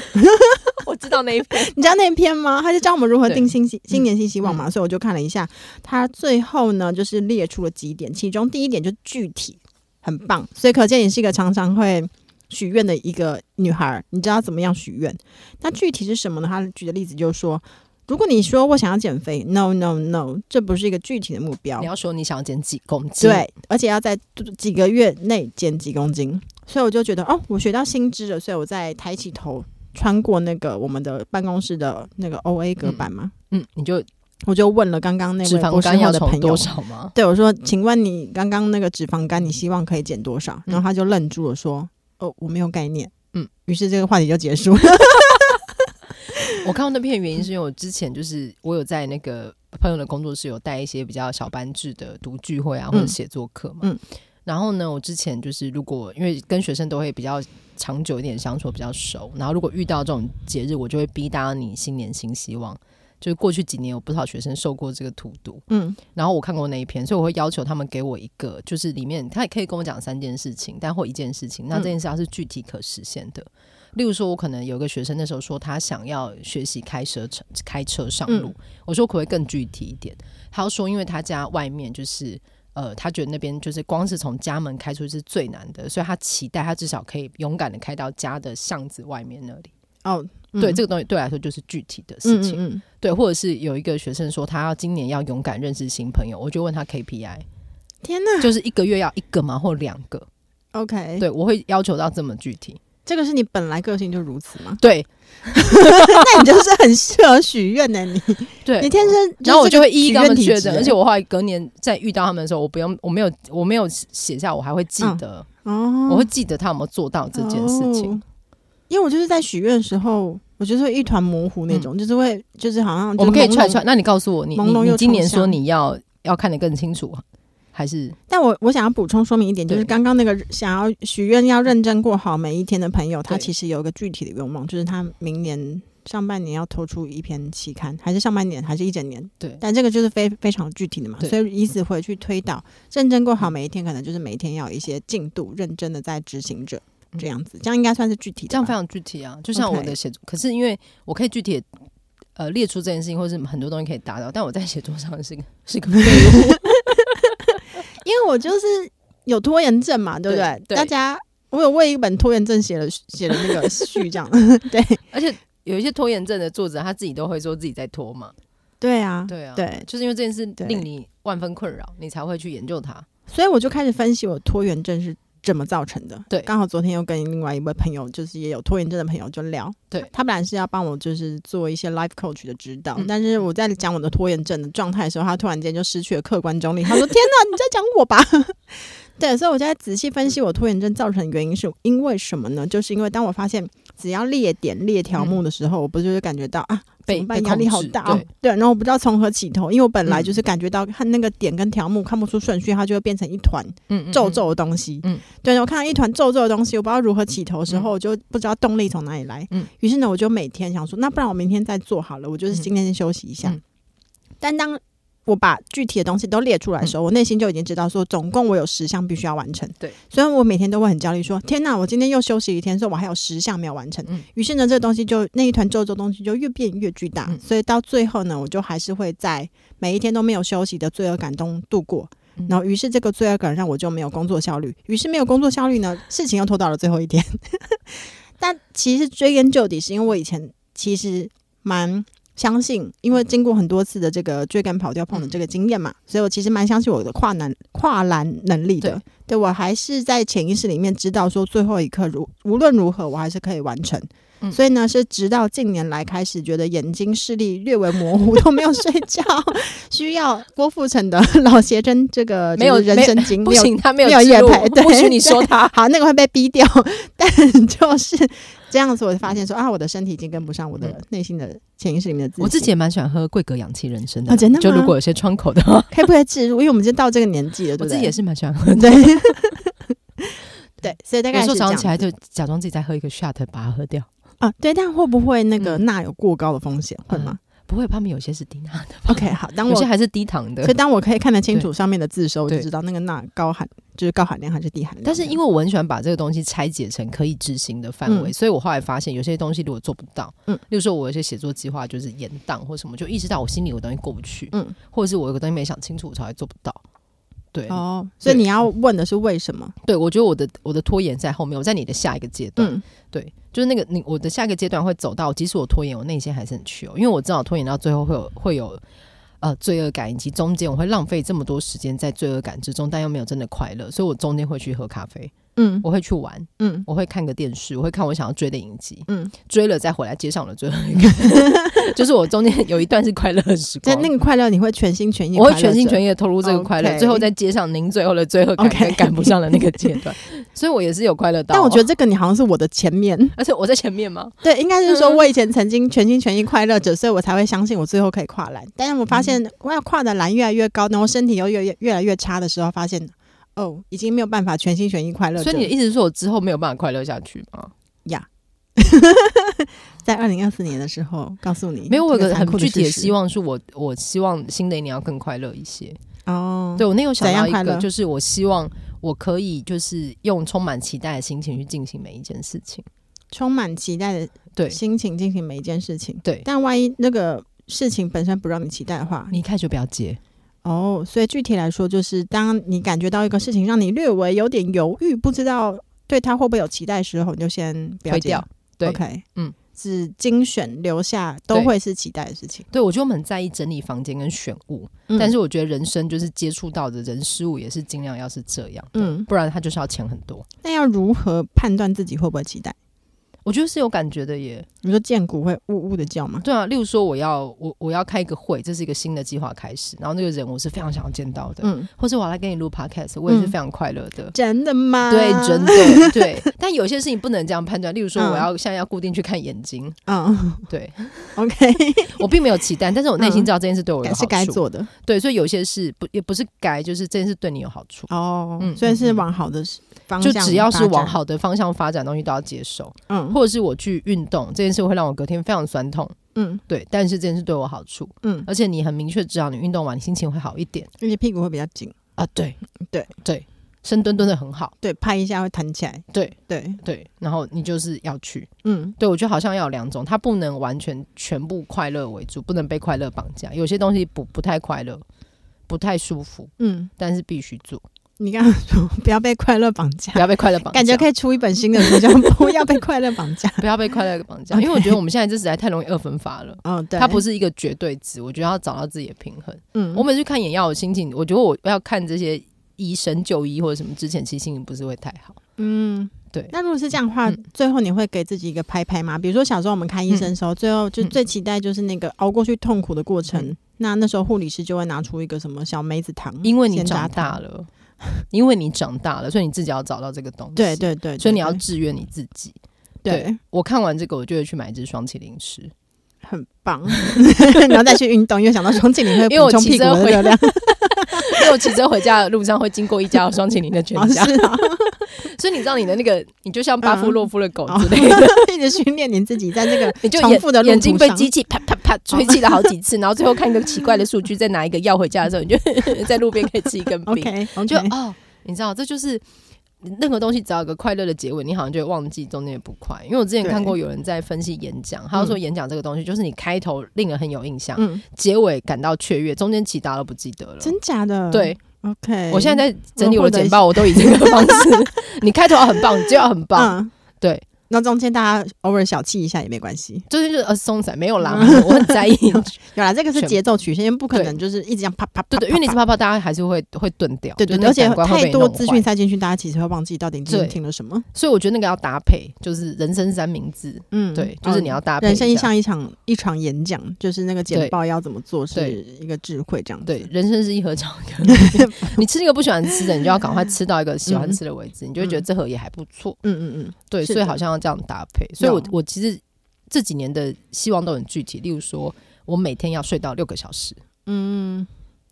[SPEAKER 3] 我知道那一篇。
[SPEAKER 4] <laughs> 你知道那篇吗？他就教我们如何定新希新年新希望嘛，
[SPEAKER 3] 嗯
[SPEAKER 4] 所以我就看了一下，他最后呢就是列出了几点，其中第一点就是具体，很棒，所以可见你是一个常常会许愿的一个女孩儿，你知道怎么样许愿。那具体是什么呢？他举的例子就是说，如果你说我想要减肥，no no no，这不是一个具体的目标
[SPEAKER 3] <laughs> 你，要说你想要减几公斤？，
[SPEAKER 4] 对，而且要在几个月内减几公斤。所以我就觉得，哦，我学到新知了，所以我再抬起头，穿过那个我们的办公室的那个 O A 隔板嘛，
[SPEAKER 3] 嗯，你就
[SPEAKER 4] 我就问了刚刚那
[SPEAKER 3] 脂
[SPEAKER 4] 位
[SPEAKER 3] 肪
[SPEAKER 4] 博士
[SPEAKER 3] 肝
[SPEAKER 4] 后
[SPEAKER 3] 要
[SPEAKER 4] 的
[SPEAKER 3] 从
[SPEAKER 4] 朋
[SPEAKER 3] 多
[SPEAKER 4] 友。
[SPEAKER 3] 少吗？ <laughs>
[SPEAKER 4] 对，我说，请问你刚刚那个脂肪肝，你希望可以减多少？然后他就愣住了，说：“哦，我没有概念。”
[SPEAKER 3] 嗯
[SPEAKER 4] 嗯，于是这个话题就结束了。
[SPEAKER 3] 我看到那篇的原因是因为我之前就是我有在那个朋友的工作室有带一些比较小班制的读聚会啊，或者写作课嘛。
[SPEAKER 4] 嗯
[SPEAKER 3] 然后呢，我之前就是如果因为跟学生都会比较长久一点相处，比较熟。然后如果遇到这种节日，我就会逼大家你新年新希望。就是过去几年有不少学生受过这个荼毒，
[SPEAKER 4] 嗯
[SPEAKER 3] 然后我看过那一篇，所以我会要求他们给我一个，就是里面他也可以跟我讲三件事情，但或一件事情，那这件事要是具体可实现的。例如说，我可能有个学生那时候说他想要学习开车车开车上路，我说可不可以更具体一点？他要说，因为他家外面就是。呃，他觉得那边就是光是从家门开出去是最难的，所以他期待他至少可以勇敢的开到家的巷子外面那里。
[SPEAKER 4] 哦，嗯
[SPEAKER 3] 对，这个东西对来说就是具体的事
[SPEAKER 4] 嗯
[SPEAKER 3] 情。
[SPEAKER 4] 嗯嗯
[SPEAKER 3] 对，或者是有一个学生说他要今年要勇敢认识新朋友，我就问他 KPI，
[SPEAKER 4] 天哪
[SPEAKER 3] 就是一个月要一个嘛，或两个。
[SPEAKER 4] ，OK，
[SPEAKER 3] 对，我会要求到这么具体。？
[SPEAKER 4] 这个是你本来个性就如此吗
[SPEAKER 3] 对
[SPEAKER 4] 那你就是很适合许愿的你，
[SPEAKER 3] 对，
[SPEAKER 4] 你天生是
[SPEAKER 3] 然后我
[SPEAKER 4] 这
[SPEAKER 3] 就
[SPEAKER 4] 个
[SPEAKER 3] 会一一
[SPEAKER 4] 许
[SPEAKER 3] 跟他
[SPEAKER 4] 愿
[SPEAKER 3] 们
[SPEAKER 4] 体
[SPEAKER 3] 确
[SPEAKER 4] 质
[SPEAKER 3] 认，
[SPEAKER 4] 欸
[SPEAKER 3] 而且我后来隔年再遇到他们的时候，我不用，我没有，我没有写下，我还会记
[SPEAKER 4] 嗯
[SPEAKER 3] 得，
[SPEAKER 4] 哦，
[SPEAKER 3] 我会记得他有没有做到这件事情。
[SPEAKER 4] 哦因为我就是在许愿的时候，我就是会一团模糊那种，就是会就是好像
[SPEAKER 3] 嗯我们可以
[SPEAKER 4] 揣
[SPEAKER 3] 串串，，那你告诉我，你
[SPEAKER 4] 朦
[SPEAKER 3] 你
[SPEAKER 4] 胧
[SPEAKER 3] 你
[SPEAKER 4] 又
[SPEAKER 3] 今年
[SPEAKER 4] 创
[SPEAKER 3] 说
[SPEAKER 4] 伤
[SPEAKER 3] 你要要看得更清楚，还是
[SPEAKER 4] 但我我想要补充说明一点，就是
[SPEAKER 3] 对
[SPEAKER 4] 刚刚那个想要许愿要认真过好每一天的朋友，他
[SPEAKER 3] 对
[SPEAKER 4] 其实有一个具体的愿望，就是他明年上半年要投出一篇期刊，还是上半年，还是一整年？
[SPEAKER 3] 对
[SPEAKER 4] 但这个就是非非常具体的嘛，
[SPEAKER 3] 对嗯
[SPEAKER 4] 所以以此回去推导，认真过好每一天，可能就是每一天要有一些进度，认真的在执行着
[SPEAKER 3] 嗯
[SPEAKER 4] 这样子，这样应该算是具体的吧，
[SPEAKER 3] 这样非常具体啊，就像
[SPEAKER 4] OK
[SPEAKER 3] 我的写作可是因为我可以具体地呃列出这件事情，或是很多东西可以达到，但我在写作上是个是个废
[SPEAKER 4] 嗯
[SPEAKER 3] 物。
[SPEAKER 4] 因为我就是有拖延症嘛，对不对？
[SPEAKER 3] 对对
[SPEAKER 4] 大家，我有为一本拖延症写了写了那个序，这样 <laughs> 对
[SPEAKER 3] <laughs> 而且有一些拖延症的作者，他自己都会说自己在拖嘛。
[SPEAKER 4] 对啊，
[SPEAKER 3] 对啊，
[SPEAKER 4] 对
[SPEAKER 3] 就是因为这件事
[SPEAKER 4] 对
[SPEAKER 3] 令你万分困扰，你才会去研究它。
[SPEAKER 4] 所以我就开始分析我拖延症是怎么造成的。
[SPEAKER 3] 对
[SPEAKER 4] 刚好昨天又跟另外一位朋友，就是也有拖延症的朋友就聊，
[SPEAKER 3] 对
[SPEAKER 4] 他本来是要帮我就是做一些 life coach 的指导，
[SPEAKER 3] 嗯
[SPEAKER 4] 但是我在讲我的拖延症的状态的时候，他突然间就失去了客观中立，他说：“天哪，你在讲我吧？” <laughs> 对，所以我就在仔细分析我拖延症造成的原因是因为什么呢？就是因为当我发现只要列点列条目的时候，我不是就感觉到啊，
[SPEAKER 3] 被
[SPEAKER 4] 怎么
[SPEAKER 3] 被
[SPEAKER 4] 办压力
[SPEAKER 3] 控
[SPEAKER 4] 好
[SPEAKER 3] 制嗯
[SPEAKER 4] 大、哦，对然后我不知道从何起头，因为我本来就是感觉到看那个点跟条目看不出顺序，它就会变成一团
[SPEAKER 3] 嗯，嗯
[SPEAKER 4] 皱，皱的东西。
[SPEAKER 3] 嗯
[SPEAKER 4] 对，然后我看到一团皱皱的东西，我不知道如何起头的时候，
[SPEAKER 3] 嗯
[SPEAKER 4] 我就不知道动力从哪里来。
[SPEAKER 3] 嗯
[SPEAKER 4] 于是呢，我就每天想说，那不然我明天再做好了，我就是今天先休息一下。
[SPEAKER 3] 嗯
[SPEAKER 4] 但当我把具体的东西都列出来的时候，我内心就已经知道说，总共我有十项必须要完成。
[SPEAKER 3] 嗯对，
[SPEAKER 4] 所以我每天都会很焦虑，说天哪，我今天又休息一天，所以我还有十项没有完成。
[SPEAKER 3] 嗯
[SPEAKER 4] 于是呢，这个东西就那一团皱皱东西就越变越巨大，
[SPEAKER 3] 嗯
[SPEAKER 4] 所以到最后呢，我就还是会在每一天都没有休息的罪恶感中度过。
[SPEAKER 3] 嗯
[SPEAKER 4] 然后，于是这个罪恶感让我就没有工作效率，于是没有工作效率呢，事情又拖到了最后一天。但其实追根究底，是因为我以前其实蛮相信，因为经过很多次的这个追赶跑掉碰的这个经验嘛，
[SPEAKER 3] 嗯
[SPEAKER 4] 所以我其实蛮相信我的跨栏跨栏能力的。
[SPEAKER 3] 对
[SPEAKER 4] 对我还是在潜意识里面知道说，最后一刻如无论如何，我还是可以完成。
[SPEAKER 3] 嗯
[SPEAKER 4] 所以呢，是直到近年来开始觉得眼睛视力略微模糊，都没有睡觉，需要郭富城的老邪真这个
[SPEAKER 3] 没有
[SPEAKER 4] 就是人生经
[SPEAKER 3] 不
[SPEAKER 4] 没有
[SPEAKER 3] 行，他没有
[SPEAKER 4] 没有
[SPEAKER 3] 记
[SPEAKER 4] 业
[SPEAKER 3] 录
[SPEAKER 4] 配对
[SPEAKER 3] 不许你说
[SPEAKER 4] <laughs>
[SPEAKER 3] 他。
[SPEAKER 4] 好，那个会被逼掉， <laughs> 但就是这样子，我就发现说啊，我的身体已经跟不上我的内心的潜意识里面的自己。
[SPEAKER 3] 嗯我自己也蛮喜欢喝贵格氧气人参的啦，
[SPEAKER 4] 哦真的吗
[SPEAKER 3] 就如果有些窗口的话，
[SPEAKER 4] 可以不可以植入？因为我们已经到这个年纪了，
[SPEAKER 3] 我
[SPEAKER 4] 对不
[SPEAKER 3] 自
[SPEAKER 4] 对？
[SPEAKER 3] 己也是蛮喜欢喝的。
[SPEAKER 4] 对。
[SPEAKER 3] <laughs>
[SPEAKER 4] 对，所以 <laughs> 大
[SPEAKER 3] 有
[SPEAKER 4] 概
[SPEAKER 3] 时
[SPEAKER 4] 是
[SPEAKER 3] 候
[SPEAKER 4] 这
[SPEAKER 3] 早
[SPEAKER 4] 样
[SPEAKER 3] 上起来
[SPEAKER 4] 子
[SPEAKER 3] 就假装自己在喝一个 shot，把它喝掉。
[SPEAKER 4] 啊，对，但会不会那个
[SPEAKER 3] 嗯
[SPEAKER 4] 钠有过高的风险？会吗
[SPEAKER 3] 不会，他们有些是低钠的， <laughs>
[SPEAKER 4] ？OK，好，当
[SPEAKER 3] 有
[SPEAKER 4] 我
[SPEAKER 3] 些还是低糖的
[SPEAKER 4] 所以。
[SPEAKER 3] <laughs>
[SPEAKER 4] 当我可以看得清楚上面的字的时候，我就
[SPEAKER 3] 对
[SPEAKER 4] 知道那个钠高含就是高含量还是低含量。
[SPEAKER 3] 但是因
[SPEAKER 4] 为
[SPEAKER 3] 为我很喜欢把这个东西拆解成可以执行的范围，
[SPEAKER 4] 嗯
[SPEAKER 3] 所以我后来发现有些东西如果做不到，
[SPEAKER 4] 嗯
[SPEAKER 3] 例如说我有些写作计划就是延档或什么，就意识到我心里有东西过不去，
[SPEAKER 4] 嗯
[SPEAKER 3] 或者是我有个东西没想清楚，我才会做不到。对，
[SPEAKER 4] 哦，所以你要问的是为什么？
[SPEAKER 3] 对我觉得我的我的拖延在后面，我在你的下一个阶段，
[SPEAKER 4] 嗯
[SPEAKER 3] 对，就是那个你我的下一个阶段会走到，即使我拖延，我内心还是很屈哦，因为我知道拖延到最后会有会有呃罪恶感，以及中间我会浪费这么多时间在罪恶感之中，但又没有真的快乐，所以我中间会去喝咖啡，
[SPEAKER 4] 嗯
[SPEAKER 3] 我会去玩，
[SPEAKER 4] 嗯
[SPEAKER 3] 我会看个电视，我会看我想要追的影集，
[SPEAKER 4] 嗯，
[SPEAKER 3] 追了再回来接上我的罪恶感， <laughs> 就是我中间有一段是快乐的时
[SPEAKER 4] 在
[SPEAKER 3] 光。
[SPEAKER 4] 那个快乐你会全心全意，
[SPEAKER 3] 我会全心全
[SPEAKER 4] 意。
[SPEAKER 3] 意的投入这个快乐
[SPEAKER 4] OK
[SPEAKER 3] 最后再接上您最后的罪恶感
[SPEAKER 4] OK
[SPEAKER 3] 跟赶不上的那个阶
[SPEAKER 4] <laughs>
[SPEAKER 3] 段，所以我也是有快乐到哦、
[SPEAKER 4] 但我觉得这个你好像是我的
[SPEAKER 3] <laughs>
[SPEAKER 4] 前面，
[SPEAKER 3] 而且我在前面吗？
[SPEAKER 4] 对，应该是说我以前曾经全心全意快乐着，所以我才会相信我最后可以跨栏。但是我发现我要跨的栏越来越高，然后身体又越越越来越差的时候，发现哦，已经没有办法全心全意快乐着。
[SPEAKER 3] 所以你的意思是说我之后没有办法快乐下去吗？
[SPEAKER 4] 在二零二四年的时候告诉你，
[SPEAKER 3] 没有，我有个很具体的
[SPEAKER 4] 望。
[SPEAKER 3] 希望，是我我希望新的一年要更快乐一些。
[SPEAKER 4] 哦，
[SPEAKER 3] 对我那有想到
[SPEAKER 4] 怎样
[SPEAKER 3] 一
[SPEAKER 4] 快乐
[SPEAKER 3] 个，就是我希望我可以就是用充满期待的心情去进行每一件事情。
[SPEAKER 4] 充满期待
[SPEAKER 3] 对
[SPEAKER 4] 的心情进行每一件事情。
[SPEAKER 3] 对，
[SPEAKER 4] 但万一那个事情本身不让你期待的话，
[SPEAKER 3] 你一开始就不要接，
[SPEAKER 4] 哦，所以具体来说，就是当你感觉到一个事情让你略微有点犹豫，不知道对它会不会有期待的时候，你就先不要
[SPEAKER 3] 推
[SPEAKER 4] 接
[SPEAKER 3] 掉。对
[SPEAKER 4] o k
[SPEAKER 3] 嗯，
[SPEAKER 4] 只精选留下都
[SPEAKER 3] 对
[SPEAKER 4] 会是期待的事情。
[SPEAKER 3] 对我就很在意整理房间跟选物，
[SPEAKER 4] 嗯
[SPEAKER 3] 但是我觉得人生就是接触到的人事物也是尽量要是这样的，
[SPEAKER 4] 嗯
[SPEAKER 3] 不然他就是要钱很多。
[SPEAKER 4] 那要如何判断自己会不会期待？
[SPEAKER 3] 我觉得是有感觉的耶，
[SPEAKER 4] 你说剑骨会呜呜的叫吗？
[SPEAKER 3] 对啊，例如说我要我我要开一个会，这是一个新的计划开始，然后那个人我是非常想要见到的，
[SPEAKER 4] 嗯，
[SPEAKER 3] 或是我要来跟你录 podcast，我也是
[SPEAKER 4] 嗯啊
[SPEAKER 3] 非常快乐的。
[SPEAKER 4] 真的吗？
[SPEAKER 3] 对，真的
[SPEAKER 4] <laughs>
[SPEAKER 3] 对，但有些事情不能这样判断。例如说，
[SPEAKER 4] 嗯
[SPEAKER 3] 我要、现在要固定去看眼睛，
[SPEAKER 4] 嗯
[SPEAKER 3] 对
[SPEAKER 4] ，OK，
[SPEAKER 3] 我并没有期待，但是我内心知道这件事对 <laughs> 我有
[SPEAKER 4] 也
[SPEAKER 3] 好处。
[SPEAKER 4] 嗯是该做的。
[SPEAKER 3] 对，所以有些事不也不是该，就是这件事对你有好处。
[SPEAKER 4] 哦，
[SPEAKER 3] 嗯
[SPEAKER 4] 所以是
[SPEAKER 3] 嗯嗯
[SPEAKER 4] 往好的方
[SPEAKER 3] 就
[SPEAKER 4] 向，
[SPEAKER 3] 只要是往，好的方向发展的东西都要接受，
[SPEAKER 4] 嗯，
[SPEAKER 3] 或者是我去运动这件事会让我隔天非常酸痛，
[SPEAKER 4] 嗯
[SPEAKER 3] 对，但是这件事对我好处，
[SPEAKER 4] 嗯，
[SPEAKER 3] 而且你很明确知道你运动完你心情会好一点
[SPEAKER 4] 而且屁股会比较紧，
[SPEAKER 3] 啊，对
[SPEAKER 4] 对
[SPEAKER 3] 对，深蹲蹲的很好，
[SPEAKER 4] 对，拍一下会弹起来，
[SPEAKER 3] 对
[SPEAKER 4] 对，
[SPEAKER 3] 对，然后你就是要去，
[SPEAKER 4] 嗯
[SPEAKER 3] 对我觉得好像要有两种，它不能完全全部快乐为主，不能被快乐绑架，有些东西不不太快乐，不太舒服，
[SPEAKER 4] 嗯，
[SPEAKER 3] 但是必须做，
[SPEAKER 4] 你刚刚说不要被快乐绑架
[SPEAKER 3] 不，要被快乐绑架，
[SPEAKER 4] <laughs> 感觉可以出一本新的书，叫不要被快乐绑
[SPEAKER 3] <laughs>
[SPEAKER 4] 架。
[SPEAKER 3] 不要被快乐绑
[SPEAKER 4] <laughs>
[SPEAKER 3] 架，因为我觉得我们现在这实在太容易二分法了。
[SPEAKER 4] 哦，对，
[SPEAKER 3] 它不
[SPEAKER 4] 是，
[SPEAKER 3] 是一个绝对值，我觉得要找到自己的平衡。
[SPEAKER 4] 嗯，
[SPEAKER 3] 我每次去看眼药，我心情，我觉得我要看这些医生就医或者什么之前，其实心情不是会太好。
[SPEAKER 4] 嗯，
[SPEAKER 3] 对
[SPEAKER 4] 那如果是这样的话，
[SPEAKER 3] 嗯
[SPEAKER 4] 最后你会给自己一个拍拍吗？比如说小时候我们看医生的时候，最后就
[SPEAKER 3] 嗯
[SPEAKER 4] 最期待就是那个熬过去痛苦的过程。
[SPEAKER 3] 嗯
[SPEAKER 4] 那那时候护理师就会拿出一个什么小梅子糖，
[SPEAKER 3] 因为你
[SPEAKER 4] 鲜榨
[SPEAKER 3] 长
[SPEAKER 4] 糖
[SPEAKER 3] 大了， <laughs> 因为你长大了，所以你自己要找到这个东西。
[SPEAKER 4] 对对对，
[SPEAKER 3] 所以你要
[SPEAKER 4] 对
[SPEAKER 3] 制约你自己。
[SPEAKER 4] 对
[SPEAKER 3] 对我看完这个，我就会去买一支双麒麟吃，
[SPEAKER 4] 很棒， <laughs> 然后再去运动，又想到双庆你会
[SPEAKER 3] 因为我
[SPEAKER 4] 补充
[SPEAKER 3] 骑
[SPEAKER 4] 屁股
[SPEAKER 3] 车
[SPEAKER 4] 的
[SPEAKER 3] 回
[SPEAKER 4] 热量，
[SPEAKER 3] <laughs> 因为我骑车回家的路上会经过一家有双麒麟的全
[SPEAKER 4] <laughs> 哦
[SPEAKER 3] 家，
[SPEAKER 4] 是嗯哦啊，
[SPEAKER 3] 所以你知道你的那个，你就像巴夫洛夫的狗之类的，
[SPEAKER 4] 一直训练你自己在
[SPEAKER 3] <laughs>
[SPEAKER 4] 这个
[SPEAKER 3] 你就
[SPEAKER 4] 重
[SPEAKER 3] 眼
[SPEAKER 4] 复的路
[SPEAKER 3] 眼睛
[SPEAKER 4] 途
[SPEAKER 3] 被
[SPEAKER 4] 上
[SPEAKER 3] 机器啪啪
[SPEAKER 4] <laughs>
[SPEAKER 3] 啪吹气了好几次，然后最后看一个奇怪的数据，再拿一个药回家的时候，你就 <laughs> 在路边可以吃一根冰
[SPEAKER 4] OK，
[SPEAKER 3] 你就哦，你知道这就是。任何东西只要有个快乐的结尾，你好像就会忘记中间的不快。因为我之前
[SPEAKER 4] 对
[SPEAKER 3] 看过有人在分析演讲，他就说演讲这个东西就是你开头令人很有印象，
[SPEAKER 4] 嗯，
[SPEAKER 3] 结尾感到雀跃，中间其他都不记得了。
[SPEAKER 4] 真假的，
[SPEAKER 3] 对，
[SPEAKER 4] ，OK，
[SPEAKER 3] 我现在在整理我
[SPEAKER 4] 我
[SPEAKER 3] 的
[SPEAKER 4] 获得
[SPEAKER 3] 简报，我都以这个方式。 <laughs> 你开头很棒，结尾很棒，
[SPEAKER 4] <laughs> 嗯，
[SPEAKER 3] 对，
[SPEAKER 4] 那中间大家偶尔小气一下也没关系。
[SPEAKER 3] 中间就是呃松散，没有啦，我很在
[SPEAKER 4] <laughs>
[SPEAKER 3] 意。
[SPEAKER 4] 嗯
[SPEAKER 3] <laughs>
[SPEAKER 4] 有啦，这个是
[SPEAKER 3] 全
[SPEAKER 4] 节奏曲线，因为不可
[SPEAKER 3] 对
[SPEAKER 4] 能就是一直这样啪啪
[SPEAKER 3] 对
[SPEAKER 4] 啪啪啪，
[SPEAKER 3] 对，因为你是泡泡，大家还是会会钝掉，
[SPEAKER 4] 对
[SPEAKER 3] 就
[SPEAKER 4] 对
[SPEAKER 3] 是
[SPEAKER 4] 对，
[SPEAKER 3] 那
[SPEAKER 4] 而
[SPEAKER 3] 个
[SPEAKER 4] 且
[SPEAKER 3] 感官会
[SPEAKER 4] 太
[SPEAKER 3] 被
[SPEAKER 4] 多
[SPEAKER 3] 弄
[SPEAKER 4] 资
[SPEAKER 3] 坏
[SPEAKER 4] 讯塞进去，大家其实会忘记到底今
[SPEAKER 3] 对
[SPEAKER 4] 天听了什么。
[SPEAKER 3] 所以我觉得那个要搭配，就是人生三明治，
[SPEAKER 4] 嗯，
[SPEAKER 3] 对，就是你要搭
[SPEAKER 4] 嗯。
[SPEAKER 3] 配
[SPEAKER 4] 人生
[SPEAKER 3] 一下。
[SPEAKER 4] 像一场一场演讲，就是那个简报要怎么做是
[SPEAKER 3] 对
[SPEAKER 4] 一个智慧这样子。
[SPEAKER 3] 对，人生是一盒炒一个
[SPEAKER 4] <laughs>
[SPEAKER 3] 你吃一个不喜欢吃的，你就要赶快吃到一个喜欢吃的为止，你就会觉得这盒也还不错。
[SPEAKER 4] 嗯嗯嗯，
[SPEAKER 3] 对，
[SPEAKER 4] 嗯是
[SPEAKER 3] 所以
[SPEAKER 4] 的
[SPEAKER 3] 好像要这样搭配。所以我
[SPEAKER 4] 要
[SPEAKER 3] 我其实这几年的希望都很具体，例如说我每天要睡到六个小时，嗯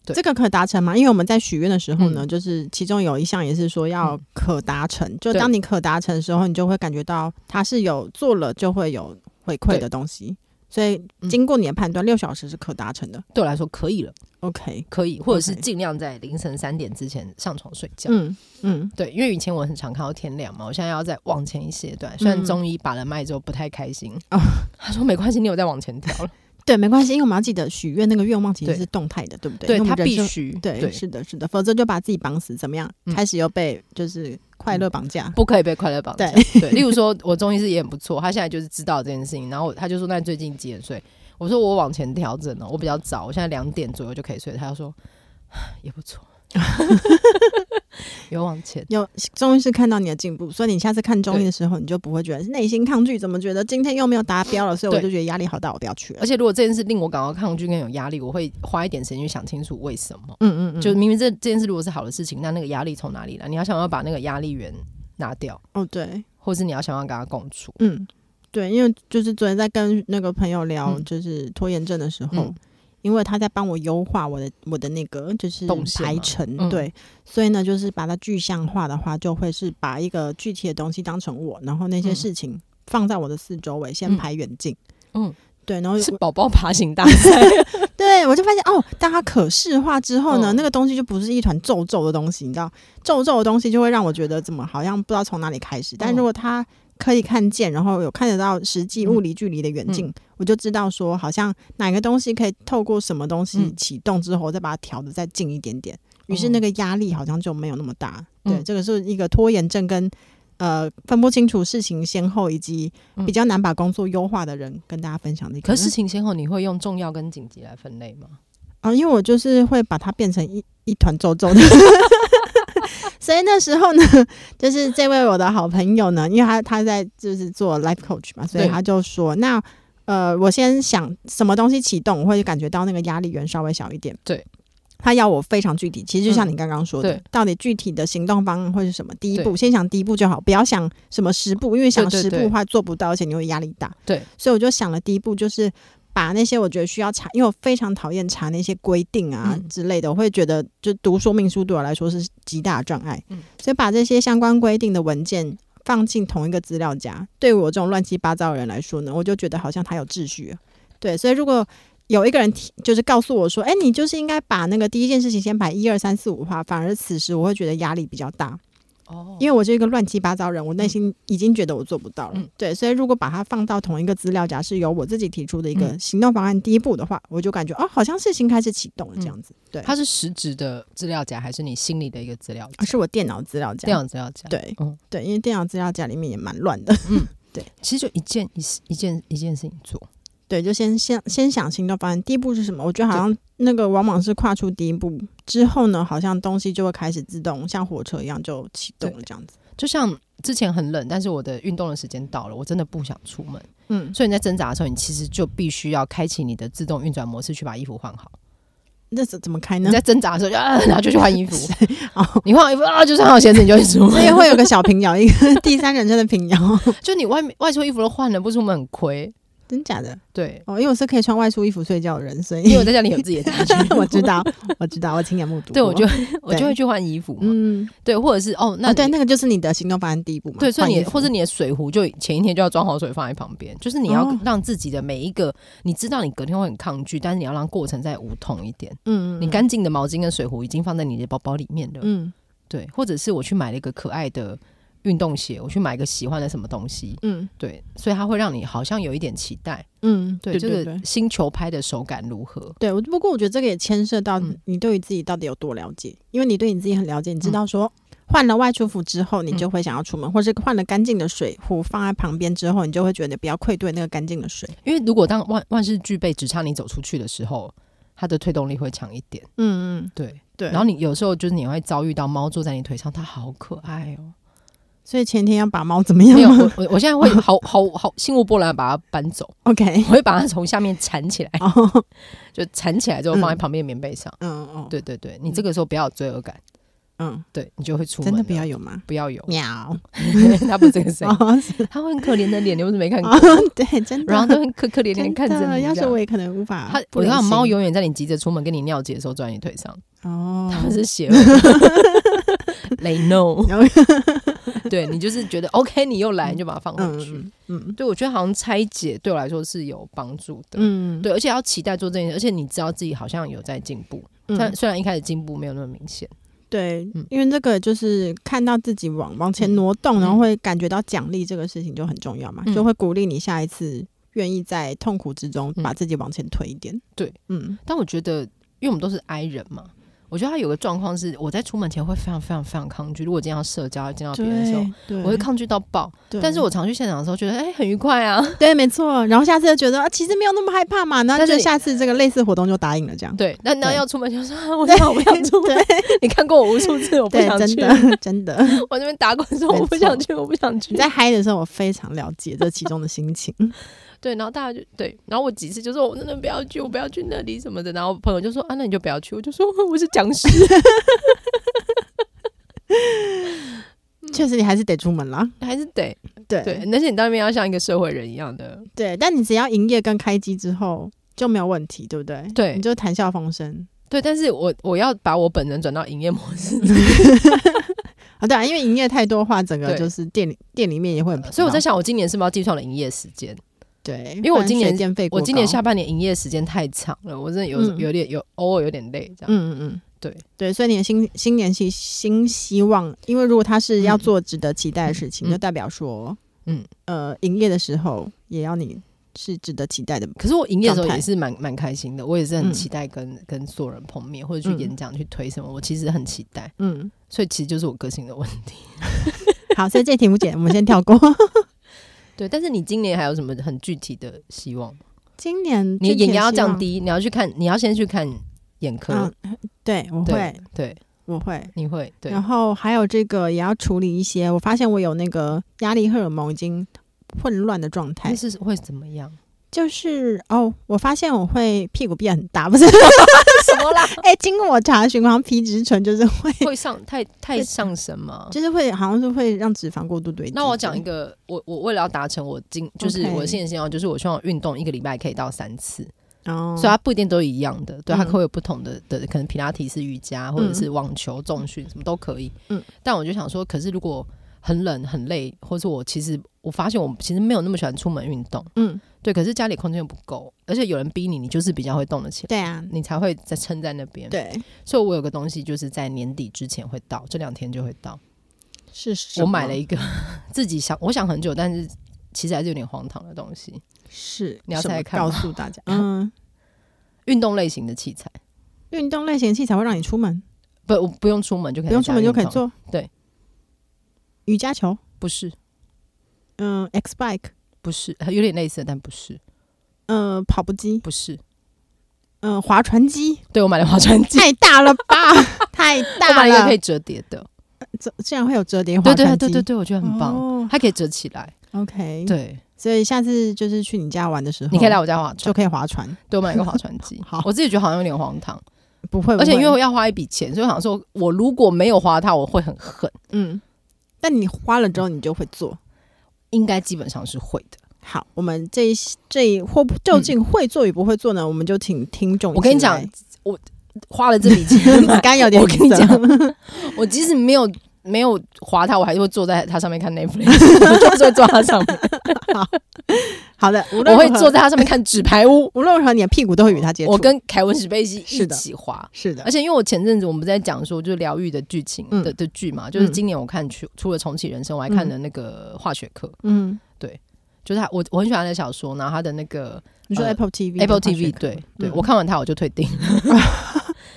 [SPEAKER 3] 对
[SPEAKER 4] 这个可达成吗？因为我们在许愿的时候呢，
[SPEAKER 3] 嗯
[SPEAKER 4] 就是其中有一项也是说要可达成，就
[SPEAKER 3] 对
[SPEAKER 4] 当你可达成的时候，你就会感觉到它是有做了就会有回馈
[SPEAKER 3] 对
[SPEAKER 4] 的东西。所以
[SPEAKER 3] 嗯
[SPEAKER 4] 经过你的判断，六小时是可达成的。
[SPEAKER 3] 对我来说可以了，
[SPEAKER 4] OK，
[SPEAKER 3] 可以，或者是
[SPEAKER 4] OK
[SPEAKER 3] 尽量在凌晨三点之前上床睡觉。
[SPEAKER 4] 嗯嗯，
[SPEAKER 3] 对，因为以前我很常看到天亮嘛，我现在要再往前一些段。虽然
[SPEAKER 4] 嗯
[SPEAKER 3] 中医把了脉之后不太开心，
[SPEAKER 4] 哦
[SPEAKER 3] <laughs> 他说没关系，你有在往前调了。
[SPEAKER 4] 对，没关系，因为我们要记得许愿那个愿望其实
[SPEAKER 3] 对
[SPEAKER 4] 是动态的， <laughs> 对不对？
[SPEAKER 3] 对
[SPEAKER 4] 因为我
[SPEAKER 3] 他
[SPEAKER 4] 们人
[SPEAKER 3] 必
[SPEAKER 4] 生
[SPEAKER 3] 须
[SPEAKER 4] 对，是的，是的，否则就把自己绑死，怎么样？
[SPEAKER 3] 嗯
[SPEAKER 4] 开始又被就是快乐绑架。
[SPEAKER 3] 不可以被快乐绑架。
[SPEAKER 4] <laughs>
[SPEAKER 3] 对，例如说我中医师也很不错，他现在就是知道这件事情，然后他就说那你最近几点睡？我说我往前调整了，我比较早，我现在两点左右就可以睡。他就说唉也不错， <laughs> 有往前。
[SPEAKER 4] 有，终于是看到你的进步，所以你下次看中医的时候，你就不会觉得内心抗拒，怎么觉得今天又没有达标了，所以我
[SPEAKER 3] 对
[SPEAKER 4] 就觉得压力好大，我不要去了
[SPEAKER 3] 而。且如果这件事令我感到抗拒跟有压力，我会花一点时间去想清楚为什么。
[SPEAKER 4] 嗯嗯嗯，
[SPEAKER 3] 就明明这这件事如果是好的事情，那那个压力从哪里来？你要想要把那个压力源拿掉，
[SPEAKER 4] 哦对，
[SPEAKER 3] 或是你要想要跟他共处。
[SPEAKER 4] 嗯对，因为就是昨天在跟那个朋友聊
[SPEAKER 3] 嗯
[SPEAKER 4] 就是拖延症的时候，
[SPEAKER 3] 嗯
[SPEAKER 4] 因为他在帮我优化我的我的那个就是
[SPEAKER 3] 动线
[SPEAKER 4] 排
[SPEAKER 3] 嘛
[SPEAKER 4] 程，
[SPEAKER 3] 嗯
[SPEAKER 4] 对，所以呢，就是把它具象化的话，就会是把一个具体的东西当成我，然后那些
[SPEAKER 3] 嗯
[SPEAKER 4] 事情放在我的四周围，先
[SPEAKER 3] 嗯
[SPEAKER 4] 排远近。
[SPEAKER 3] 嗯，
[SPEAKER 4] 对，然后
[SPEAKER 3] 是
[SPEAKER 4] 我
[SPEAKER 3] 宝宝爬行大赛， <laughs>
[SPEAKER 4] 对我就发现哦，当它可视化之后呢，
[SPEAKER 3] 嗯
[SPEAKER 4] 那个东西就不是一团皱皱的东西，你知道，皱皱的东西就会让我觉得怎么好像不知道从哪里开始。但
[SPEAKER 3] 嗯
[SPEAKER 4] 如果它可以看见，然后有看得到实际
[SPEAKER 3] 嗯
[SPEAKER 4] 物理距离的远近，我就知道说好像哪个东西可以透过什么东西
[SPEAKER 3] 嗯
[SPEAKER 4] 启动之后，再把它调的再近一点点，于是
[SPEAKER 3] 嗯
[SPEAKER 4] 那个压力好像就没有那么大。对，
[SPEAKER 3] 嗯
[SPEAKER 4] 这个是一个拖延症跟。呃，分不清楚事情先后，以及
[SPEAKER 3] 嗯
[SPEAKER 4] 比较难把工作优化的人，跟大家分享的一个。
[SPEAKER 3] 可是事情先后，你会用重要跟紧急来分类吗？
[SPEAKER 4] 啊，因为我就是会把它变成一一团皱皱的。 <laughs> 所以那时候呢，就是这位我的好朋友呢，因为他他在就是做 life coach 嘛，所以
[SPEAKER 3] 对
[SPEAKER 4] 他就说，那呃，我先想什么东西启动，我会感觉到那个压力源稍微小一点。
[SPEAKER 3] 对，
[SPEAKER 4] 他要我非常具体，其实就像
[SPEAKER 3] 嗯
[SPEAKER 4] 你刚刚说的，
[SPEAKER 3] 对
[SPEAKER 4] 到底具体的行动方案会是什么？第一
[SPEAKER 3] 对
[SPEAKER 4] 步，先想第一步就好，不要想什么十步，因为想
[SPEAKER 3] 对对
[SPEAKER 4] 十步
[SPEAKER 3] 对
[SPEAKER 4] 的话做不到，而且你会压力大。
[SPEAKER 3] 对，
[SPEAKER 4] 所以我就想了第一步就是把那些我觉得需要查，因为我非常讨厌查那些规定啊
[SPEAKER 3] 嗯
[SPEAKER 4] 之类的，我会觉得就读说明书对我来说是极大的障碍，
[SPEAKER 3] 嗯
[SPEAKER 4] 所以把这些相关规定的文件放进同一个资料夹，对我这种乱七八糟的人来说呢，我就觉得好像他有秩序了。对，所以如果有一个人提，就是告诉我说，哎，你就是应该把那个第一件事情先排一二三四五话，反而此时我会觉得压力比较大，
[SPEAKER 3] 哦
[SPEAKER 4] 因为我是一个乱七八糟人，我内心已经觉得我做不到了。
[SPEAKER 3] 嗯
[SPEAKER 4] 对，所以如果把它放到同一个资料夹，是由我自己提出的一
[SPEAKER 3] 嗯
[SPEAKER 4] 个行动方案第一步的话，我就感觉哦，好像事情开始启动了这样子。对，啊
[SPEAKER 3] 它是实质的资料夹，还是你心里的一个资料夹？
[SPEAKER 4] 是我电脑资料夹。
[SPEAKER 3] 电脑资料夹。，
[SPEAKER 4] 对，
[SPEAKER 3] 嗯
[SPEAKER 4] 对，因为电脑资料夹里面也蛮乱的。 <laughs>
[SPEAKER 3] 其实就一件一事一件一件事情做。
[SPEAKER 4] 对，就先先先想行动方案，第一步是什么？我觉得好像那个往往是跨出第一步之后呢，好像东西就会开始自动像火车一样就启动了这样子。
[SPEAKER 3] 就像之前很冷，但是我的运动的时间到了，我真的不想出门。
[SPEAKER 4] 嗯，
[SPEAKER 3] 所以你在挣扎的时候，你其实就必须要开启你的自动运转模式去把衣服换好。
[SPEAKER 4] 那怎怎么开
[SPEAKER 3] 你
[SPEAKER 4] 呢？
[SPEAKER 3] 在挣扎的时候就啊，然后就去换衣服
[SPEAKER 4] <laughs> 哦。
[SPEAKER 3] 你换好衣服啊，就穿好鞋子，你就会 <laughs> 出
[SPEAKER 4] 所
[SPEAKER 3] 门
[SPEAKER 4] 以。会有个小平遥，一个 <laughs> 第三人称的平遥，
[SPEAKER 3] 就你外面外出衣服都换了，不出门很亏。
[SPEAKER 4] 真假的？
[SPEAKER 3] 对，
[SPEAKER 4] 哦，因为我是可以穿外出衣服睡觉的人，所
[SPEAKER 3] <laughs>
[SPEAKER 4] 以
[SPEAKER 3] 因
[SPEAKER 4] <laughs>，
[SPEAKER 3] 为我在 <laughs> 家里有自己的家具
[SPEAKER 4] 我知。道，我知道，我亲眼目睹过。
[SPEAKER 3] 对，我就 <laughs> 我就会去换衣服嘛。
[SPEAKER 4] 嗯，
[SPEAKER 3] 对，或者是哦，那
[SPEAKER 4] 啊对，
[SPEAKER 3] 你
[SPEAKER 4] 那个就是你的行动方案第一步嘛。
[SPEAKER 3] 对，所以
[SPEAKER 4] 换
[SPEAKER 3] 你
[SPEAKER 4] 衣服
[SPEAKER 3] 或者你的水壶就前一天就要装好水放在旁边，就是你要
[SPEAKER 4] 哦
[SPEAKER 3] 让自己的每一个，你知道你隔天会很抗拒，但是你要让过程再无痛一点。
[SPEAKER 4] 嗯，嗯
[SPEAKER 3] 你干净的毛巾跟水壶已经放在你的包包里面了，
[SPEAKER 4] 嗯
[SPEAKER 3] 对，或者是我去买了一个可爱的运动鞋，我去买一个喜欢的什么东西，
[SPEAKER 4] 嗯
[SPEAKER 3] 对，所以它会让你好像有一点期待，
[SPEAKER 4] 嗯，
[SPEAKER 3] 对这个新球拍的手感如何？
[SPEAKER 4] 对，我不过我觉得这个也牵涉到
[SPEAKER 3] 嗯
[SPEAKER 4] 你对于自己到底有多了解，因为你对你自己很了解，你知道说换了外出服之后，你
[SPEAKER 3] 嗯
[SPEAKER 4] 就会想要出门，或是换了干净的水壶放在旁边之后，你就会觉得不要愧对那个干净的水。
[SPEAKER 3] 因为如果当万万事俱备，只差你走出去的时候，它的推动力会强一点，
[SPEAKER 4] 嗯嗯，
[SPEAKER 3] 对。
[SPEAKER 4] 对
[SPEAKER 3] 然后你有时候就是你会遭遇到猫坐在你腿上，它好可爱
[SPEAKER 4] <laughs>
[SPEAKER 3] 哦。
[SPEAKER 4] 所以前天要把猫怎么
[SPEAKER 3] 没有，
[SPEAKER 4] 样
[SPEAKER 3] 我
[SPEAKER 4] 吗
[SPEAKER 3] 我我现在会好好好心无波澜地把它搬走，
[SPEAKER 4] <laughs>
[SPEAKER 3] <laughs>
[SPEAKER 4] ？OK，
[SPEAKER 3] 我会把它从下面缠起来， <laughs>
[SPEAKER 4] 哦，
[SPEAKER 3] 就缠起来之后放在旁边的棉被上。
[SPEAKER 4] 嗯哦，
[SPEAKER 3] 对对对，你这个时候不要有罪恶感，
[SPEAKER 4] 嗯，
[SPEAKER 3] 对你就会出门
[SPEAKER 4] 真
[SPEAKER 3] 了。
[SPEAKER 4] 的不要有吗？
[SPEAKER 3] 不要
[SPEAKER 4] <laughs>
[SPEAKER 3] 有， <laughs>
[SPEAKER 4] 喵，
[SPEAKER 3] 他不是这个声音，
[SPEAKER 4] <laughs> 哦，是
[SPEAKER 3] 他会很可怜的脸，你又不是没看过，
[SPEAKER 4] 哦 <laughs> 对，真的，
[SPEAKER 3] 然后都很可可
[SPEAKER 4] <laughs>
[SPEAKER 3] 怜
[SPEAKER 4] 真
[SPEAKER 3] 怜看着
[SPEAKER 4] 的
[SPEAKER 3] 你
[SPEAKER 4] 要
[SPEAKER 3] 这
[SPEAKER 4] 是
[SPEAKER 3] 样。
[SPEAKER 4] 我也可能无法
[SPEAKER 3] 他，
[SPEAKER 4] 啊不
[SPEAKER 3] 我知
[SPEAKER 4] 忍
[SPEAKER 3] 道
[SPEAKER 4] 心
[SPEAKER 3] 猫永远在你急着出门跟你尿急的时候坐在你腿上，<laughs>
[SPEAKER 4] 哦，
[SPEAKER 3] 它们是邪
[SPEAKER 4] <laughs>
[SPEAKER 3] 恶的。They know，
[SPEAKER 4] 然后
[SPEAKER 3] <laughs> 对你就是觉得 OK，你又来你就把它放回去。
[SPEAKER 4] 嗯嗯
[SPEAKER 3] 对，我觉得好像拆解对我来说是有帮助的。
[SPEAKER 4] 嗯，
[SPEAKER 3] 对，而且要期待做这件事，而且你知道自己好像有在进步，
[SPEAKER 4] 嗯，
[SPEAKER 3] 但虽然一开始进步没有那么明显，
[SPEAKER 4] 对
[SPEAKER 3] 嗯，
[SPEAKER 4] 因为这个就是看到自己往往前挪动，然后会感觉到奖励这个事情就很重要嘛，
[SPEAKER 3] 嗯
[SPEAKER 4] 就会鼓励你下一次愿意在痛苦之中
[SPEAKER 3] 嗯
[SPEAKER 4] 把自己往前推一点。
[SPEAKER 3] 对，
[SPEAKER 4] 嗯
[SPEAKER 3] 但我觉得，因为我们都是 I 人嘛，我觉得他有个状况是，我在出门前会非常非常非常抗拒。如果今天要社交，要见到别人的时候，
[SPEAKER 4] 对，对，
[SPEAKER 3] 我会抗拒到爆。
[SPEAKER 4] 对，
[SPEAKER 3] 但是我常去现场的时候，觉得哎、很愉快啊。
[SPEAKER 4] 对，没错。然后下次就觉得啊，其实没有那么害怕嘛，然后
[SPEAKER 3] 但是
[SPEAKER 4] 就
[SPEAKER 3] 你
[SPEAKER 4] 下次这个类似活动就答应了这样。
[SPEAKER 3] 对，那那
[SPEAKER 4] 对
[SPEAKER 3] 要出门就说，啊我想 <laughs> 我不想出门。 <laughs> 你看过我无数次，我不
[SPEAKER 4] 对，
[SPEAKER 3] 想
[SPEAKER 4] 真
[SPEAKER 3] 去。
[SPEAKER 4] 的真的，
[SPEAKER 3] <laughs>
[SPEAKER 4] <laughs>
[SPEAKER 3] 我那边打滚说我不想去，我不想去
[SPEAKER 4] 你。在嗨的时候，我非常了解这其中的心情。
[SPEAKER 3] 对，然后大家就对，然后我几次就说我真的不要去，我不要去那里什么的。然后朋友就说啊，那你就不要去。我就说我是讲
[SPEAKER 4] <laughs>
[SPEAKER 3] 师，
[SPEAKER 4] 确实，你还是得出门啦。
[SPEAKER 3] 还是得
[SPEAKER 4] 对
[SPEAKER 3] 嗯对，而且你到那边要像一个社会人一样的。
[SPEAKER 4] 对，但你只要营业跟开机之后就没有问题，对不对？
[SPEAKER 3] 对
[SPEAKER 4] 你就谈笑风生。
[SPEAKER 3] 对，但是我我要把我本人转到营业模式，
[SPEAKER 4] 嗯啊，对啊，因为营业太多的话，整个
[SPEAKER 3] 对
[SPEAKER 4] 就是店里店里面也会很疲
[SPEAKER 3] <laughs>
[SPEAKER 4] 劳，
[SPEAKER 3] 所以我在想，我今年是不是要计算了营业时间？
[SPEAKER 4] 对，
[SPEAKER 3] 因为我
[SPEAKER 4] 不然
[SPEAKER 3] 今年
[SPEAKER 4] 水电费过
[SPEAKER 3] 我
[SPEAKER 4] 高，
[SPEAKER 3] 今年下半年营业时间太长了，我真的有
[SPEAKER 4] 嗯
[SPEAKER 3] 有点有偶尔有点累这样。
[SPEAKER 4] 嗯嗯嗯，
[SPEAKER 3] 对
[SPEAKER 4] 对，所以你的新新年希新希望，因为如果他是要做值得期待的事
[SPEAKER 3] 嗯
[SPEAKER 4] 情，
[SPEAKER 3] 嗯嗯
[SPEAKER 4] 就代表说，
[SPEAKER 3] 嗯
[SPEAKER 4] 呃，营业的时候也要你是值得期待的，
[SPEAKER 3] 可是我营业的时候
[SPEAKER 4] 状态
[SPEAKER 3] 也是蛮蛮开心的，我也是
[SPEAKER 4] 嗯
[SPEAKER 3] 很期待跟、跟所有人碰面或者去
[SPEAKER 4] 嗯
[SPEAKER 3] 演讲、去推什么，我其实很期待。
[SPEAKER 4] 嗯，
[SPEAKER 3] 所以其实就是我个性的问题。
[SPEAKER 4] <laughs> 好，所以这题目简，我们先跳过。
[SPEAKER 3] <laughs>
[SPEAKER 4] <laughs>
[SPEAKER 3] 对，但是你今年还有什么很具体的希望？
[SPEAKER 4] 今年
[SPEAKER 3] 你
[SPEAKER 4] 具体
[SPEAKER 3] 眼
[SPEAKER 4] 的
[SPEAKER 3] 压要
[SPEAKER 4] 希
[SPEAKER 3] 降
[SPEAKER 4] 望，
[SPEAKER 3] 低，你要去看，你要先去看眼科。
[SPEAKER 4] 嗯， <laughs> 对，我会
[SPEAKER 3] 对，对，
[SPEAKER 4] 我会。
[SPEAKER 3] 你会对
[SPEAKER 4] 然后还有这个也要处理一些，我发现我有那个压力荷尔蒙已经混乱的状态
[SPEAKER 3] 那，是会怎么 <laughs> 样？
[SPEAKER 4] 就是哦，我发现我会屁股变很大，不是？ <laughs>
[SPEAKER 3] 什么啦？
[SPEAKER 4] 哎、经过我查询，好像皮质醇就是会，
[SPEAKER 3] 会上太太上升吗？
[SPEAKER 4] 就是会，好像是会让脂肪过度堆积。
[SPEAKER 3] 哦那我讲一，个，我我为了要达成我今就是我
[SPEAKER 4] OK
[SPEAKER 3] 现在希望，就是我希望运动一个礼拜可以到三次，
[SPEAKER 4] 哦，
[SPEAKER 3] 所以它啊不一定都一样的，对，它
[SPEAKER 4] 嗯
[SPEAKER 3] 会有不同的的，可能皮拉提是瑜伽或者
[SPEAKER 4] 嗯
[SPEAKER 3] 是网球、重训什么都可以。
[SPEAKER 4] 嗯
[SPEAKER 3] 嗯，但我就想说，可是如果很冷、很累，或是我其实我发现我其实没有那么喜欢出门运动，
[SPEAKER 4] 嗯，
[SPEAKER 3] 对，可是家里空间又不够，而且有人逼你，你就是比较会动得起来，
[SPEAKER 4] 对啊，
[SPEAKER 3] 你才会再撑在那边。，
[SPEAKER 4] 对，
[SPEAKER 3] 所以我有个东西就是在年底之前会到，这两天就会到。
[SPEAKER 4] 是
[SPEAKER 3] 我买了一个自己想我想很久，但是其实还是有点荒唐的东西，
[SPEAKER 4] 是
[SPEAKER 3] 你要
[SPEAKER 4] 什么
[SPEAKER 3] 猜看
[SPEAKER 4] 告
[SPEAKER 3] 吗
[SPEAKER 4] 诉大家，
[SPEAKER 3] <laughs>
[SPEAKER 4] 嗯，
[SPEAKER 3] 运动类型的器材，
[SPEAKER 4] 运动类型的器材会让你出门，
[SPEAKER 3] 不，我不用出门就可以，
[SPEAKER 4] 不用出门就可以，做，
[SPEAKER 3] 对，
[SPEAKER 4] 瑜伽球，
[SPEAKER 3] 不是
[SPEAKER 4] 嗯，X bike，
[SPEAKER 3] 不是， <laughs> 有点类似，但不是
[SPEAKER 4] 嗯，跑步机，
[SPEAKER 3] 不是。
[SPEAKER 4] 嗯，划船
[SPEAKER 3] <laughs>
[SPEAKER 4] 机，
[SPEAKER 3] 对我买了划船机，
[SPEAKER 4] 太大了吧， <laughs> 太
[SPEAKER 3] 我
[SPEAKER 4] 大
[SPEAKER 3] 买了一个
[SPEAKER 4] 了
[SPEAKER 3] 可以，折叠的，
[SPEAKER 4] 这竟然会有折叠
[SPEAKER 3] 对
[SPEAKER 4] 划
[SPEAKER 3] 对
[SPEAKER 4] 船
[SPEAKER 3] 对
[SPEAKER 4] 机，
[SPEAKER 3] 对对对，我觉得很棒，
[SPEAKER 4] 哦
[SPEAKER 3] 它可以折起来。
[SPEAKER 4] ，OK，，
[SPEAKER 3] 对，
[SPEAKER 4] 所以下次就是去你家玩的时候，
[SPEAKER 3] 你可以来我家划
[SPEAKER 4] 就
[SPEAKER 3] 船，
[SPEAKER 4] 可以划船，
[SPEAKER 3] 对我买了一个划船机
[SPEAKER 4] 好。
[SPEAKER 3] 我自己觉得 <laughs> 好像有点荒唐，
[SPEAKER 4] 不会，
[SPEAKER 3] 而且
[SPEAKER 4] 不
[SPEAKER 3] 因
[SPEAKER 4] 会
[SPEAKER 3] 为我要花一笔钱，所以我想说，我如果没有花它，我会很恨，
[SPEAKER 4] 嗯，但你花了之后你就会做。
[SPEAKER 3] 应该基本上是会的。
[SPEAKER 4] 好，我们这一这一或不究竟会做与不会做呢？我们就请听众
[SPEAKER 3] 嗯我
[SPEAKER 4] 一起来。
[SPEAKER 3] 跟你讲花了这笔钱 <laughs>
[SPEAKER 4] <laughs> 你刚刚有点
[SPEAKER 3] 我跟你 <laughs>
[SPEAKER 4] 紧张，
[SPEAKER 3] 我即使没有没有划它，我还是会坐在它上面看 Netflix，我 <laughs> 就是会坐在它上面，
[SPEAKER 4] <laughs> 好的，无论
[SPEAKER 3] 我会
[SPEAKER 4] 如何
[SPEAKER 3] 坐，在它上面看《纸牌屋》
[SPEAKER 4] 哎无论如何你的屁股都会与它接触。
[SPEAKER 3] 我跟哎凯文史贝西一
[SPEAKER 4] 是的
[SPEAKER 3] 起划。
[SPEAKER 4] 是的
[SPEAKER 3] 而，且因为我前阵子我们在讲说，就是疗愈的剧情
[SPEAKER 4] 嗯
[SPEAKER 3] 的、的剧嘛，就是
[SPEAKER 4] 嗯
[SPEAKER 3] 今年我看去除了重启人生，我还看了那个化学课，
[SPEAKER 4] 嗯，
[SPEAKER 3] 就是他我我很喜欢他的小说，然后他的那个
[SPEAKER 4] 你说
[SPEAKER 3] 呃
[SPEAKER 4] Apple TV 的
[SPEAKER 3] Apple
[SPEAKER 4] 化学
[SPEAKER 3] TV，
[SPEAKER 4] 课
[SPEAKER 3] 对、对，
[SPEAKER 4] 嗯
[SPEAKER 3] 我看完他我就退订。
[SPEAKER 4] <laughs>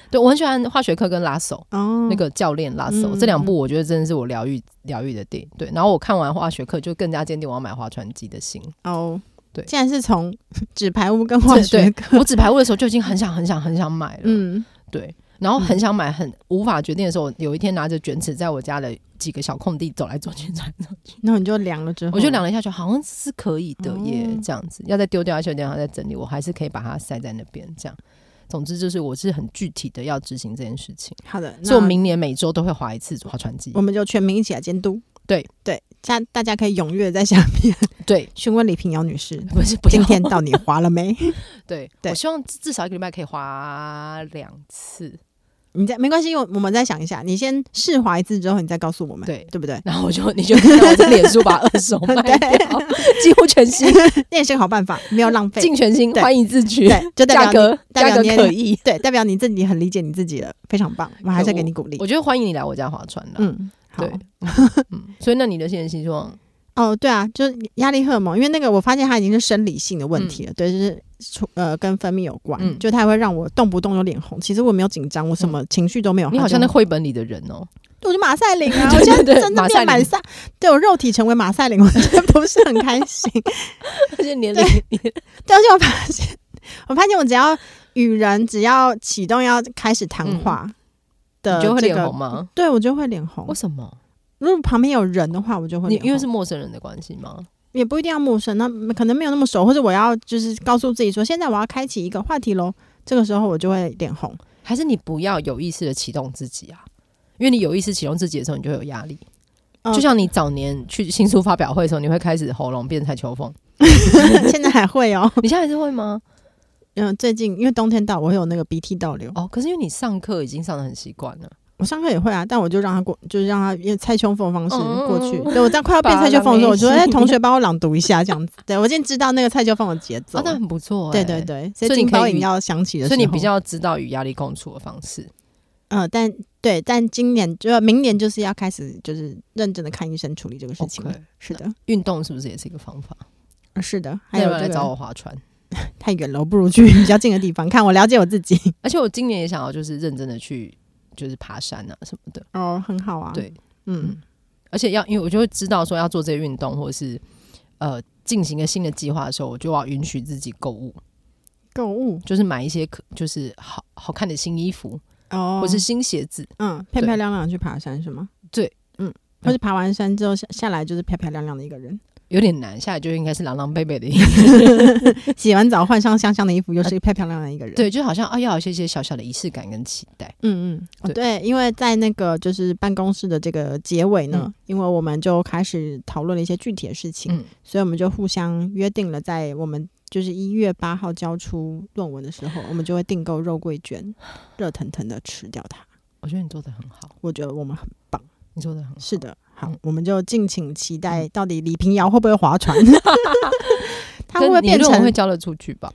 [SPEAKER 3] 对我很喜欢化学课跟拉手。
[SPEAKER 4] 哦，
[SPEAKER 3] 那个教练拉手、
[SPEAKER 4] 嗯
[SPEAKER 3] 这两部，我觉得真的是我疗愈疗愈的电影。对，然后我看完化学课，就更加坚定我要买划船机的
[SPEAKER 4] <laughs>
[SPEAKER 3] 心。
[SPEAKER 4] 哦，
[SPEAKER 3] 对
[SPEAKER 4] 竟然是从 <laughs> 纸牌屋跟化学课，
[SPEAKER 3] 我纸牌屋的时候就已经很想很想很想买了，
[SPEAKER 4] 嗯，
[SPEAKER 3] 对，然后很想买，很无法决定的时候，我有一天拿着卷尺在我家的几个小空地走来走去，走来走去，
[SPEAKER 4] 那你就量了之后，
[SPEAKER 3] 我就量，了一下，就好像是可以的耶，
[SPEAKER 4] 哦
[SPEAKER 3] 这样子要再丢掉一些，然后再整理，我还是可以把它塞在那边这样。总之就是我是很具体的要执行这件事情，
[SPEAKER 4] 好的，
[SPEAKER 3] 所以我
[SPEAKER 4] 那
[SPEAKER 3] 明年每周都会划一次划船机
[SPEAKER 4] 我。们就全民一起来监督。
[SPEAKER 3] 对
[SPEAKER 4] 对，大大家可以踊跃在下面
[SPEAKER 3] 对，
[SPEAKER 4] 询问李平遥女
[SPEAKER 3] <laughs>
[SPEAKER 4] 士，
[SPEAKER 3] 不是不
[SPEAKER 4] 今
[SPEAKER 3] 要
[SPEAKER 4] 天到底划了没？ <laughs>
[SPEAKER 3] 对，
[SPEAKER 4] 对
[SPEAKER 3] 我希望至至少一个礼拜可以划两次，
[SPEAKER 4] 你再没关系，我我们再想一下，你先试划一次之后，你再告诉我们，
[SPEAKER 3] 对
[SPEAKER 4] 对不对？ <laughs>
[SPEAKER 3] 然后我就你就看到我的脸书把二手卖 <laughs> 掉，几乎全 <laughs> 新，
[SPEAKER 4] 那也是个好办法，没有浪费。
[SPEAKER 3] 尽全新，
[SPEAKER 4] 对
[SPEAKER 3] 欢迎自取，
[SPEAKER 4] 对，就代
[SPEAKER 3] 价
[SPEAKER 4] 表你
[SPEAKER 3] 格
[SPEAKER 4] 代
[SPEAKER 3] 价格
[SPEAKER 4] 表你
[SPEAKER 3] 可以。
[SPEAKER 4] 对，代表你自己很理解你自己了，非常棒。我还是要给你鼓励。
[SPEAKER 3] 我觉得欢迎你来我家划船的，
[SPEAKER 4] 嗯，好
[SPEAKER 3] 对。，嗯，所以那你的新人希望，
[SPEAKER 4] 哦，对啊，就是压力荷尔蒙，因为那个我发现它已经是生理性的问题了，对，就是出呃跟分泌有关，
[SPEAKER 3] 嗯
[SPEAKER 4] 就它也会让我动不动就脸红。其实我没有紧张，我什么情绪都没有。
[SPEAKER 3] 你
[SPEAKER 4] 它
[SPEAKER 3] 好像
[SPEAKER 4] 就
[SPEAKER 3] 那绘本里的人 <laughs> 哦，
[SPEAKER 4] 我就马赛琳啊，
[SPEAKER 3] <laughs> 对
[SPEAKER 4] 我现在
[SPEAKER 3] 对对
[SPEAKER 4] 真的
[SPEAKER 3] 马赛
[SPEAKER 4] 变马
[SPEAKER 3] 琳
[SPEAKER 4] 赛，对我肉体成为马赛琳，我真的不是很开心。
[SPEAKER 3] 而且年龄
[SPEAKER 4] 但是我发现，我发现我只要与人只要启动要开始谈话的、
[SPEAKER 3] 嗯你
[SPEAKER 4] 呃这
[SPEAKER 3] 就
[SPEAKER 4] 个，
[SPEAKER 3] 会脸红吗？
[SPEAKER 4] 对我就会脸红
[SPEAKER 3] 为。什么？
[SPEAKER 4] 如果旁边有人的话，我就会
[SPEAKER 3] 你
[SPEAKER 4] 脸红。
[SPEAKER 3] 因为是陌生人的关系吗？
[SPEAKER 4] 也不一定要陌生，那可能没有那么熟，或者我要就是告诉自己说，现在我要开启一个话题喽。这个时候我就会脸红。 <laughs>
[SPEAKER 3] 还是你不要有意识的启动自己啊？因为你有意识启动自己的时候，你就会有压力。
[SPEAKER 4] 嗯
[SPEAKER 3] 就像你早年去新书发表会的时候，你会开始喉咙变蔡秋
[SPEAKER 4] <laughs>
[SPEAKER 3] 风，
[SPEAKER 4] 现在还会哦，
[SPEAKER 3] 你现在还是会吗？
[SPEAKER 4] 嗯，最近因为冬天到，我会有那个鼻涕倒流。
[SPEAKER 3] 哦，可是因为你上课已经上的很习惯了，
[SPEAKER 4] 我上课也会啊，但我就让他过，就是让他用蔡秋凤的方式
[SPEAKER 3] 嗯
[SPEAKER 4] 过去。对我在快要变蔡秋凤的时候，我就说：“
[SPEAKER 3] <laughs> 把
[SPEAKER 4] 哎，
[SPEAKER 3] 狼
[SPEAKER 4] 同学帮我朗读一下，这样子。”对我已经知道那个蔡秋凤的节奏
[SPEAKER 3] 哦，那
[SPEAKER 4] 了。
[SPEAKER 3] 很不错、
[SPEAKER 4] 对
[SPEAKER 3] 欸。
[SPEAKER 4] 对，对，所以
[SPEAKER 3] 所以你
[SPEAKER 4] 金包
[SPEAKER 3] 可以
[SPEAKER 4] 银
[SPEAKER 3] 与
[SPEAKER 4] 要想起的时
[SPEAKER 3] 所
[SPEAKER 4] 候，
[SPEAKER 3] 以你比较知道与压力共处的方式。
[SPEAKER 4] 呃，但对，但今年就明年就是要开始就是认真的看医生处理这个事情了。
[SPEAKER 3] OK
[SPEAKER 4] 是的，
[SPEAKER 3] 运动是不是也是一个方法？
[SPEAKER 4] 呃是的，还
[SPEAKER 3] 还
[SPEAKER 4] 有
[SPEAKER 3] 有
[SPEAKER 4] 这
[SPEAKER 3] 人来
[SPEAKER 4] 个
[SPEAKER 3] 找我划船，
[SPEAKER 4] 太远了，我不如去比较近的地方看。我了解我自己。
[SPEAKER 3] 而且我今年也想要就是认真的去就是爬山啊什么的，
[SPEAKER 4] <laughs> 哦，很好啊。
[SPEAKER 3] 对，
[SPEAKER 4] 嗯，
[SPEAKER 3] 而且要因为我就会知道说要做这些运动或者是呃进行一个新的计划的时候，我就要允许自己购物，
[SPEAKER 4] 购物
[SPEAKER 3] 就是买一些可就是好好看的新衣服
[SPEAKER 4] 哦
[SPEAKER 3] 或是新鞋子，
[SPEAKER 4] 嗯，漂漂亮亮地去爬山是吗？
[SPEAKER 3] 对，
[SPEAKER 4] 嗯，或是爬完山之后下下来就是漂漂亮亮的一个人， <laughs>
[SPEAKER 3] 有点难，下来就应该是狼狼狈狈的一
[SPEAKER 4] 洗完澡换上香香的衣服，又是漂漂亮亮的一个人。，
[SPEAKER 3] 对，就好像啊，要有一些些小小的仪式感跟期待。
[SPEAKER 4] 嗯嗯，哦
[SPEAKER 3] 对
[SPEAKER 4] 对，因为在那个就是办公室的这个结尾呢，因为我们就开始讨论了一些具体的事情，
[SPEAKER 3] 嗯
[SPEAKER 4] 所以我们就互相约定了，在我们就是一月八号交出论文的时候，我们就会订购肉桂卷，热腾腾的吃掉它。
[SPEAKER 3] 我觉得你做的很好，
[SPEAKER 4] 我觉得我们很棒。
[SPEAKER 3] 你做的很好。
[SPEAKER 4] 是的，好，
[SPEAKER 3] 嗯
[SPEAKER 4] 我们就敬请期待，到底李平遥会不会划船？他会不会
[SPEAKER 3] 但你
[SPEAKER 4] 变
[SPEAKER 3] 论文会
[SPEAKER 4] 成？
[SPEAKER 3] 交得出去吧？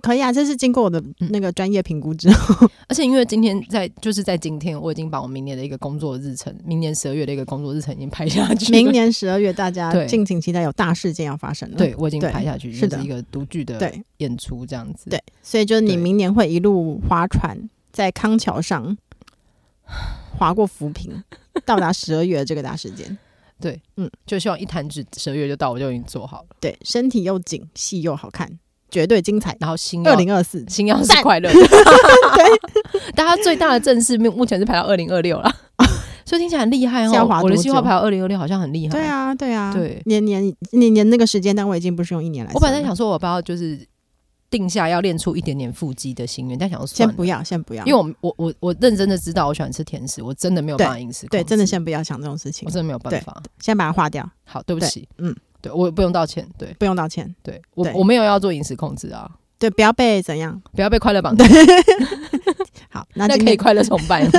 [SPEAKER 4] 可以啊，这是经过我的那个专业评估之后，
[SPEAKER 3] 而且因为今天在就是在今天，我已经把我明年的一个工作日程，明年十二月的一个工作日程已经排下去了。
[SPEAKER 4] 明年十二月大家
[SPEAKER 3] 对
[SPEAKER 4] 敬请期待有大事件要发生了。
[SPEAKER 3] 对我已经
[SPEAKER 4] 对
[SPEAKER 3] 排下去，
[SPEAKER 4] 是
[SPEAKER 3] 就
[SPEAKER 4] 的
[SPEAKER 3] 是一个独剧的
[SPEAKER 4] 对
[SPEAKER 3] 演出这样子。
[SPEAKER 4] 对，所以就是你
[SPEAKER 3] 对
[SPEAKER 4] 明年会一路划船在康桥上划过浮萍，到达十二月的这个大事件。
[SPEAKER 3] 就希望一弹指十二月就到，我就已经做好了。
[SPEAKER 4] 对，身体又紧，戏又好看，绝对精彩。
[SPEAKER 3] 然后心
[SPEAKER 4] 二
[SPEAKER 3] 要
[SPEAKER 4] 零二四，
[SPEAKER 3] 心要是
[SPEAKER 4] 赞
[SPEAKER 3] 快乐
[SPEAKER 4] <laughs>
[SPEAKER 3] 的，对，大家最大的正式目目前是排到二零二
[SPEAKER 4] <laughs>
[SPEAKER 3] 六了，所以听起来很厉害
[SPEAKER 4] 是要
[SPEAKER 3] 哦
[SPEAKER 4] 划。
[SPEAKER 3] 我的
[SPEAKER 4] 多
[SPEAKER 3] 计划
[SPEAKER 4] 久
[SPEAKER 3] 排到二零二六，好像很厉害。
[SPEAKER 4] 对，啊，对啊，
[SPEAKER 3] 对
[SPEAKER 4] 年年年年那个时间单位已经不是用一年来
[SPEAKER 3] 我本
[SPEAKER 4] 算了。
[SPEAKER 3] 来想说，我不要就是定下要练出一点点腹肌的心愿，但想说算
[SPEAKER 4] 先
[SPEAKER 3] 了，
[SPEAKER 4] 不要，先不要，
[SPEAKER 3] 因为我我我我认真的知道我喜欢吃甜食，我真的没有
[SPEAKER 4] 对
[SPEAKER 3] 办法饮食控制，
[SPEAKER 4] 对，真的先不要想这种事情
[SPEAKER 3] 我，真的没有办法。
[SPEAKER 4] 先把它划掉，
[SPEAKER 3] 好，对不
[SPEAKER 4] 对
[SPEAKER 3] 起，
[SPEAKER 4] 嗯，
[SPEAKER 3] 对我不用道歉，对
[SPEAKER 4] 不用道歉。
[SPEAKER 3] 对，我
[SPEAKER 4] 对
[SPEAKER 3] 我没有要做饮食控制啊，
[SPEAKER 4] 对，不要被怎样。
[SPEAKER 3] 不要被快乐绑架，
[SPEAKER 4] 好，那
[SPEAKER 3] 那
[SPEAKER 4] 今
[SPEAKER 3] 可以
[SPEAKER 4] 天
[SPEAKER 3] 快乐崇
[SPEAKER 4] <laughs>
[SPEAKER 3] 拜吗？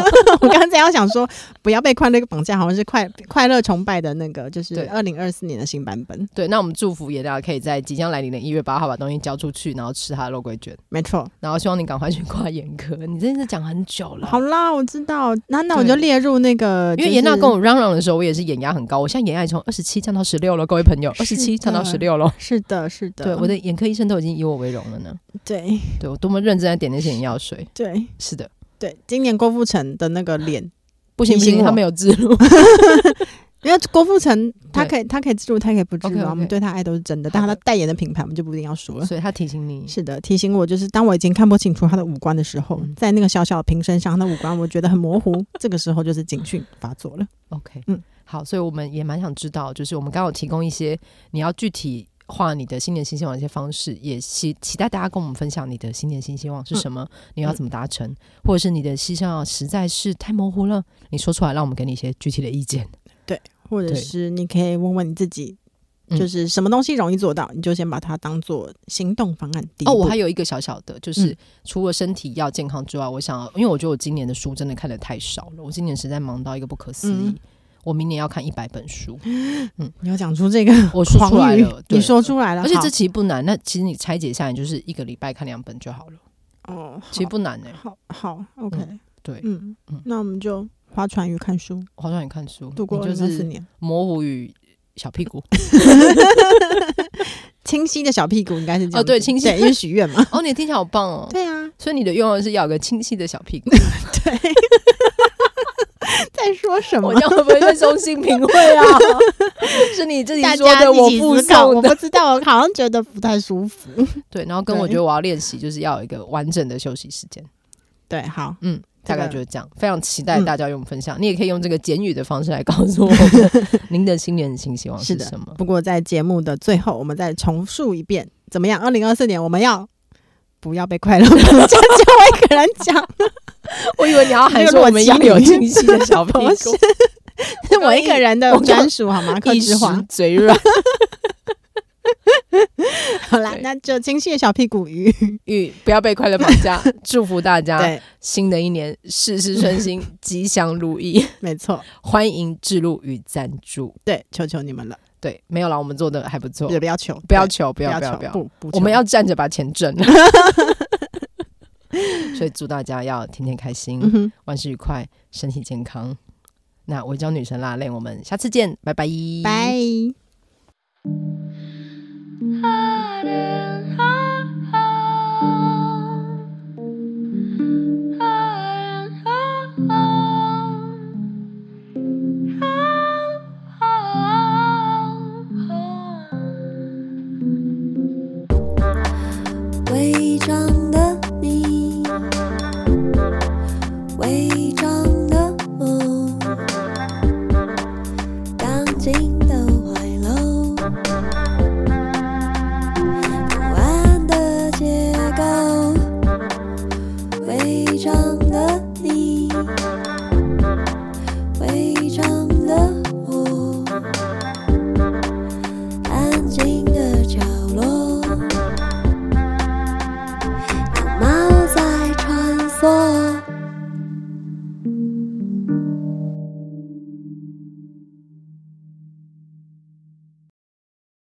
[SPEAKER 4] 我刚才要想说，不要被快乐绑架，好像是快快乐崇拜的那个，就是
[SPEAKER 3] 对
[SPEAKER 4] 二零二四年的新版本。
[SPEAKER 3] 对，那我们祝福也大家可以在即将来临的一月八号把东西交出去，然后吃他的肉桂卷，
[SPEAKER 4] 没错，
[SPEAKER 3] 然后希望你赶快去挂眼科，你真的是讲很久了。
[SPEAKER 4] 好啦，我知道，那那我
[SPEAKER 3] 对
[SPEAKER 4] 就列入那个，
[SPEAKER 3] 因为
[SPEAKER 4] 就是
[SPEAKER 3] 严娜跟我嚷嚷的时候，我也是眼压很高，我现在眼压已经从二十七降到十六了，各位朋友，二十
[SPEAKER 4] 是
[SPEAKER 3] 七
[SPEAKER 4] 的
[SPEAKER 3] 降到十六了。
[SPEAKER 4] 是的，是的，
[SPEAKER 3] 对，我的眼科医生都已经以我为荣了呢。
[SPEAKER 4] 对
[SPEAKER 3] 对我多么认真在点那些眼药水。
[SPEAKER 4] 对
[SPEAKER 3] 是的，
[SPEAKER 4] 对，今年郭富城的那个脸，
[SPEAKER 3] 不行不
[SPEAKER 4] 提醒
[SPEAKER 3] 行，他
[SPEAKER 4] 我
[SPEAKER 3] 没有自
[SPEAKER 4] <laughs>
[SPEAKER 3] 录。
[SPEAKER 4] 因为郭富城他
[SPEAKER 3] 对
[SPEAKER 4] 可以他可以自助，他可以不自助
[SPEAKER 3] OK，OK
[SPEAKER 4] 啊，我们对他爱都是真的，
[SPEAKER 3] 好的
[SPEAKER 4] 但他代言的品牌我们就不一定要说了。
[SPEAKER 3] 所以他提醒你，
[SPEAKER 4] 是的，提醒我就是当我已经看不清楚他的五官的时候，
[SPEAKER 3] 嗯
[SPEAKER 4] 在那个小小的瓶身上，他的五官我觉得很模
[SPEAKER 3] <laughs>
[SPEAKER 4] 糊，这个时候就是警讯发作了。
[SPEAKER 3] OK，嗯
[SPEAKER 4] 嗯，
[SPEAKER 3] 好，所以我们也蛮想知道，就是我们刚好提供一些你要具体化你的新年新希望的一些方式，也期期待大家跟我们分享你的新年新希望是什么，
[SPEAKER 4] 嗯
[SPEAKER 3] 你要怎么达成，或者是你的希望实在是太模糊了，你说出来，让我们给你一些具体的意
[SPEAKER 4] 嗯
[SPEAKER 3] 见。
[SPEAKER 4] 或者
[SPEAKER 3] 对
[SPEAKER 4] 是你可以问问你自己，
[SPEAKER 3] 嗯
[SPEAKER 4] 就是什么东西容易做到，你就先把它当做行动方案第一步。
[SPEAKER 3] 哦，我还有一个小小的，就是、
[SPEAKER 4] 嗯
[SPEAKER 3] 除了身体要健康之外，我想要，因为我觉得我今年的书真的看的太少了，我今年实在忙到一个不可思议。
[SPEAKER 4] 嗯
[SPEAKER 3] 我明年要看一百本书，
[SPEAKER 4] 你要讲出这个
[SPEAKER 3] 我说出来
[SPEAKER 4] 狂语
[SPEAKER 3] 了，对
[SPEAKER 4] 你说出来了，
[SPEAKER 3] 而且
[SPEAKER 4] 好
[SPEAKER 3] 这其实不难。那其实你拆解下来，你就是一个礼拜看两本就好了，
[SPEAKER 4] 哦，好
[SPEAKER 3] 其实不难欸呢、
[SPEAKER 4] 好好，OK，
[SPEAKER 3] 对
[SPEAKER 4] 嗯
[SPEAKER 3] 嗯
[SPEAKER 4] 那我们就划船与看书，
[SPEAKER 3] 我好像也看书，
[SPEAKER 4] 度过
[SPEAKER 3] 你
[SPEAKER 4] 二
[SPEAKER 3] 就
[SPEAKER 4] 零二四
[SPEAKER 3] 是
[SPEAKER 4] 年。
[SPEAKER 3] 模糊与小屁股。 <laughs>
[SPEAKER 4] 清晰的小屁股应该是这样
[SPEAKER 3] 哦对
[SPEAKER 4] 子
[SPEAKER 3] 清晰
[SPEAKER 4] 对，因为许愿
[SPEAKER 3] <laughs>
[SPEAKER 4] 嘛。
[SPEAKER 3] 哦，你听起来好棒
[SPEAKER 4] <laughs>
[SPEAKER 3] 哦！
[SPEAKER 4] 对啊，
[SPEAKER 3] 所以你的愿望是要有个清晰的小
[SPEAKER 4] <laughs>
[SPEAKER 3] 屁股。
[SPEAKER 4] 在说什么
[SPEAKER 3] 我这？样会不会被收信评会
[SPEAKER 4] <laughs>
[SPEAKER 3] 啊？是你自己
[SPEAKER 4] 大
[SPEAKER 3] 说
[SPEAKER 4] 家
[SPEAKER 3] 的，我
[SPEAKER 4] 一起
[SPEAKER 3] 附
[SPEAKER 4] 思考，
[SPEAKER 3] 送
[SPEAKER 4] 我
[SPEAKER 3] 的。
[SPEAKER 4] 不知道，我好像觉得不太舒服。
[SPEAKER 3] 对，然后跟我
[SPEAKER 4] 对
[SPEAKER 3] 觉得我要练习，就是要有一个完整的休息时间。
[SPEAKER 4] 对，嗯好，
[SPEAKER 3] 嗯，大概
[SPEAKER 4] 这个
[SPEAKER 3] 就是这样。非常期待大家与我们分享，你也可以用这个简语的方式来告诉我
[SPEAKER 4] <laughs>
[SPEAKER 3] 们您的新年新希望
[SPEAKER 4] 是
[SPEAKER 3] 是
[SPEAKER 4] 的
[SPEAKER 3] 什么。
[SPEAKER 4] 不过在节目的最后，我们再重述一遍，怎么样？二零二四年我们要不要被快乐绑
[SPEAKER 3] <laughs>
[SPEAKER 4] 架？就一个人讲，
[SPEAKER 3] 我以为你要
[SPEAKER 4] 喊
[SPEAKER 3] 喊
[SPEAKER 4] 说
[SPEAKER 3] 说
[SPEAKER 4] 我
[SPEAKER 3] 我
[SPEAKER 4] 们
[SPEAKER 3] 们
[SPEAKER 4] 要
[SPEAKER 3] 要
[SPEAKER 4] 有
[SPEAKER 3] 有
[SPEAKER 4] 清
[SPEAKER 3] 清晰的小屁
[SPEAKER 4] 不
[SPEAKER 3] 股
[SPEAKER 4] 是，是我一个 <laughs> 人的
[SPEAKER 3] <laughs> 我刚
[SPEAKER 4] 专属好吗？克
[SPEAKER 3] 一
[SPEAKER 4] 制
[SPEAKER 3] 时
[SPEAKER 4] 化。
[SPEAKER 3] 嘴软，
[SPEAKER 4] <laughs> 好啦
[SPEAKER 3] 对，
[SPEAKER 4] 那就清晰的小屁股鱼。
[SPEAKER 3] 与不要被快乐绑架。 <laughs> 祝福大家，
[SPEAKER 4] 对，
[SPEAKER 3] 新的一年事事顺心， <laughs> 吉祥如意。
[SPEAKER 4] 没错，
[SPEAKER 3] 欢迎置入与赞助。
[SPEAKER 4] 对，求求你们了，
[SPEAKER 3] 对，没有啦，我们做的还不错
[SPEAKER 4] 也。不要求，
[SPEAKER 3] 不要
[SPEAKER 4] 对
[SPEAKER 3] 求，不
[SPEAKER 4] 不
[SPEAKER 3] 要，
[SPEAKER 4] 要
[SPEAKER 3] 不要，
[SPEAKER 4] 求，
[SPEAKER 3] 不要，
[SPEAKER 4] 不不求，
[SPEAKER 3] 我们要站着把钱 <laughs> 挣。所以祝大家要天天开心，
[SPEAKER 4] 嗯哼。
[SPEAKER 3] 万事愉快，身体健康。那我教女神拉累，我们下次见，拜拜，
[SPEAKER 4] 拜。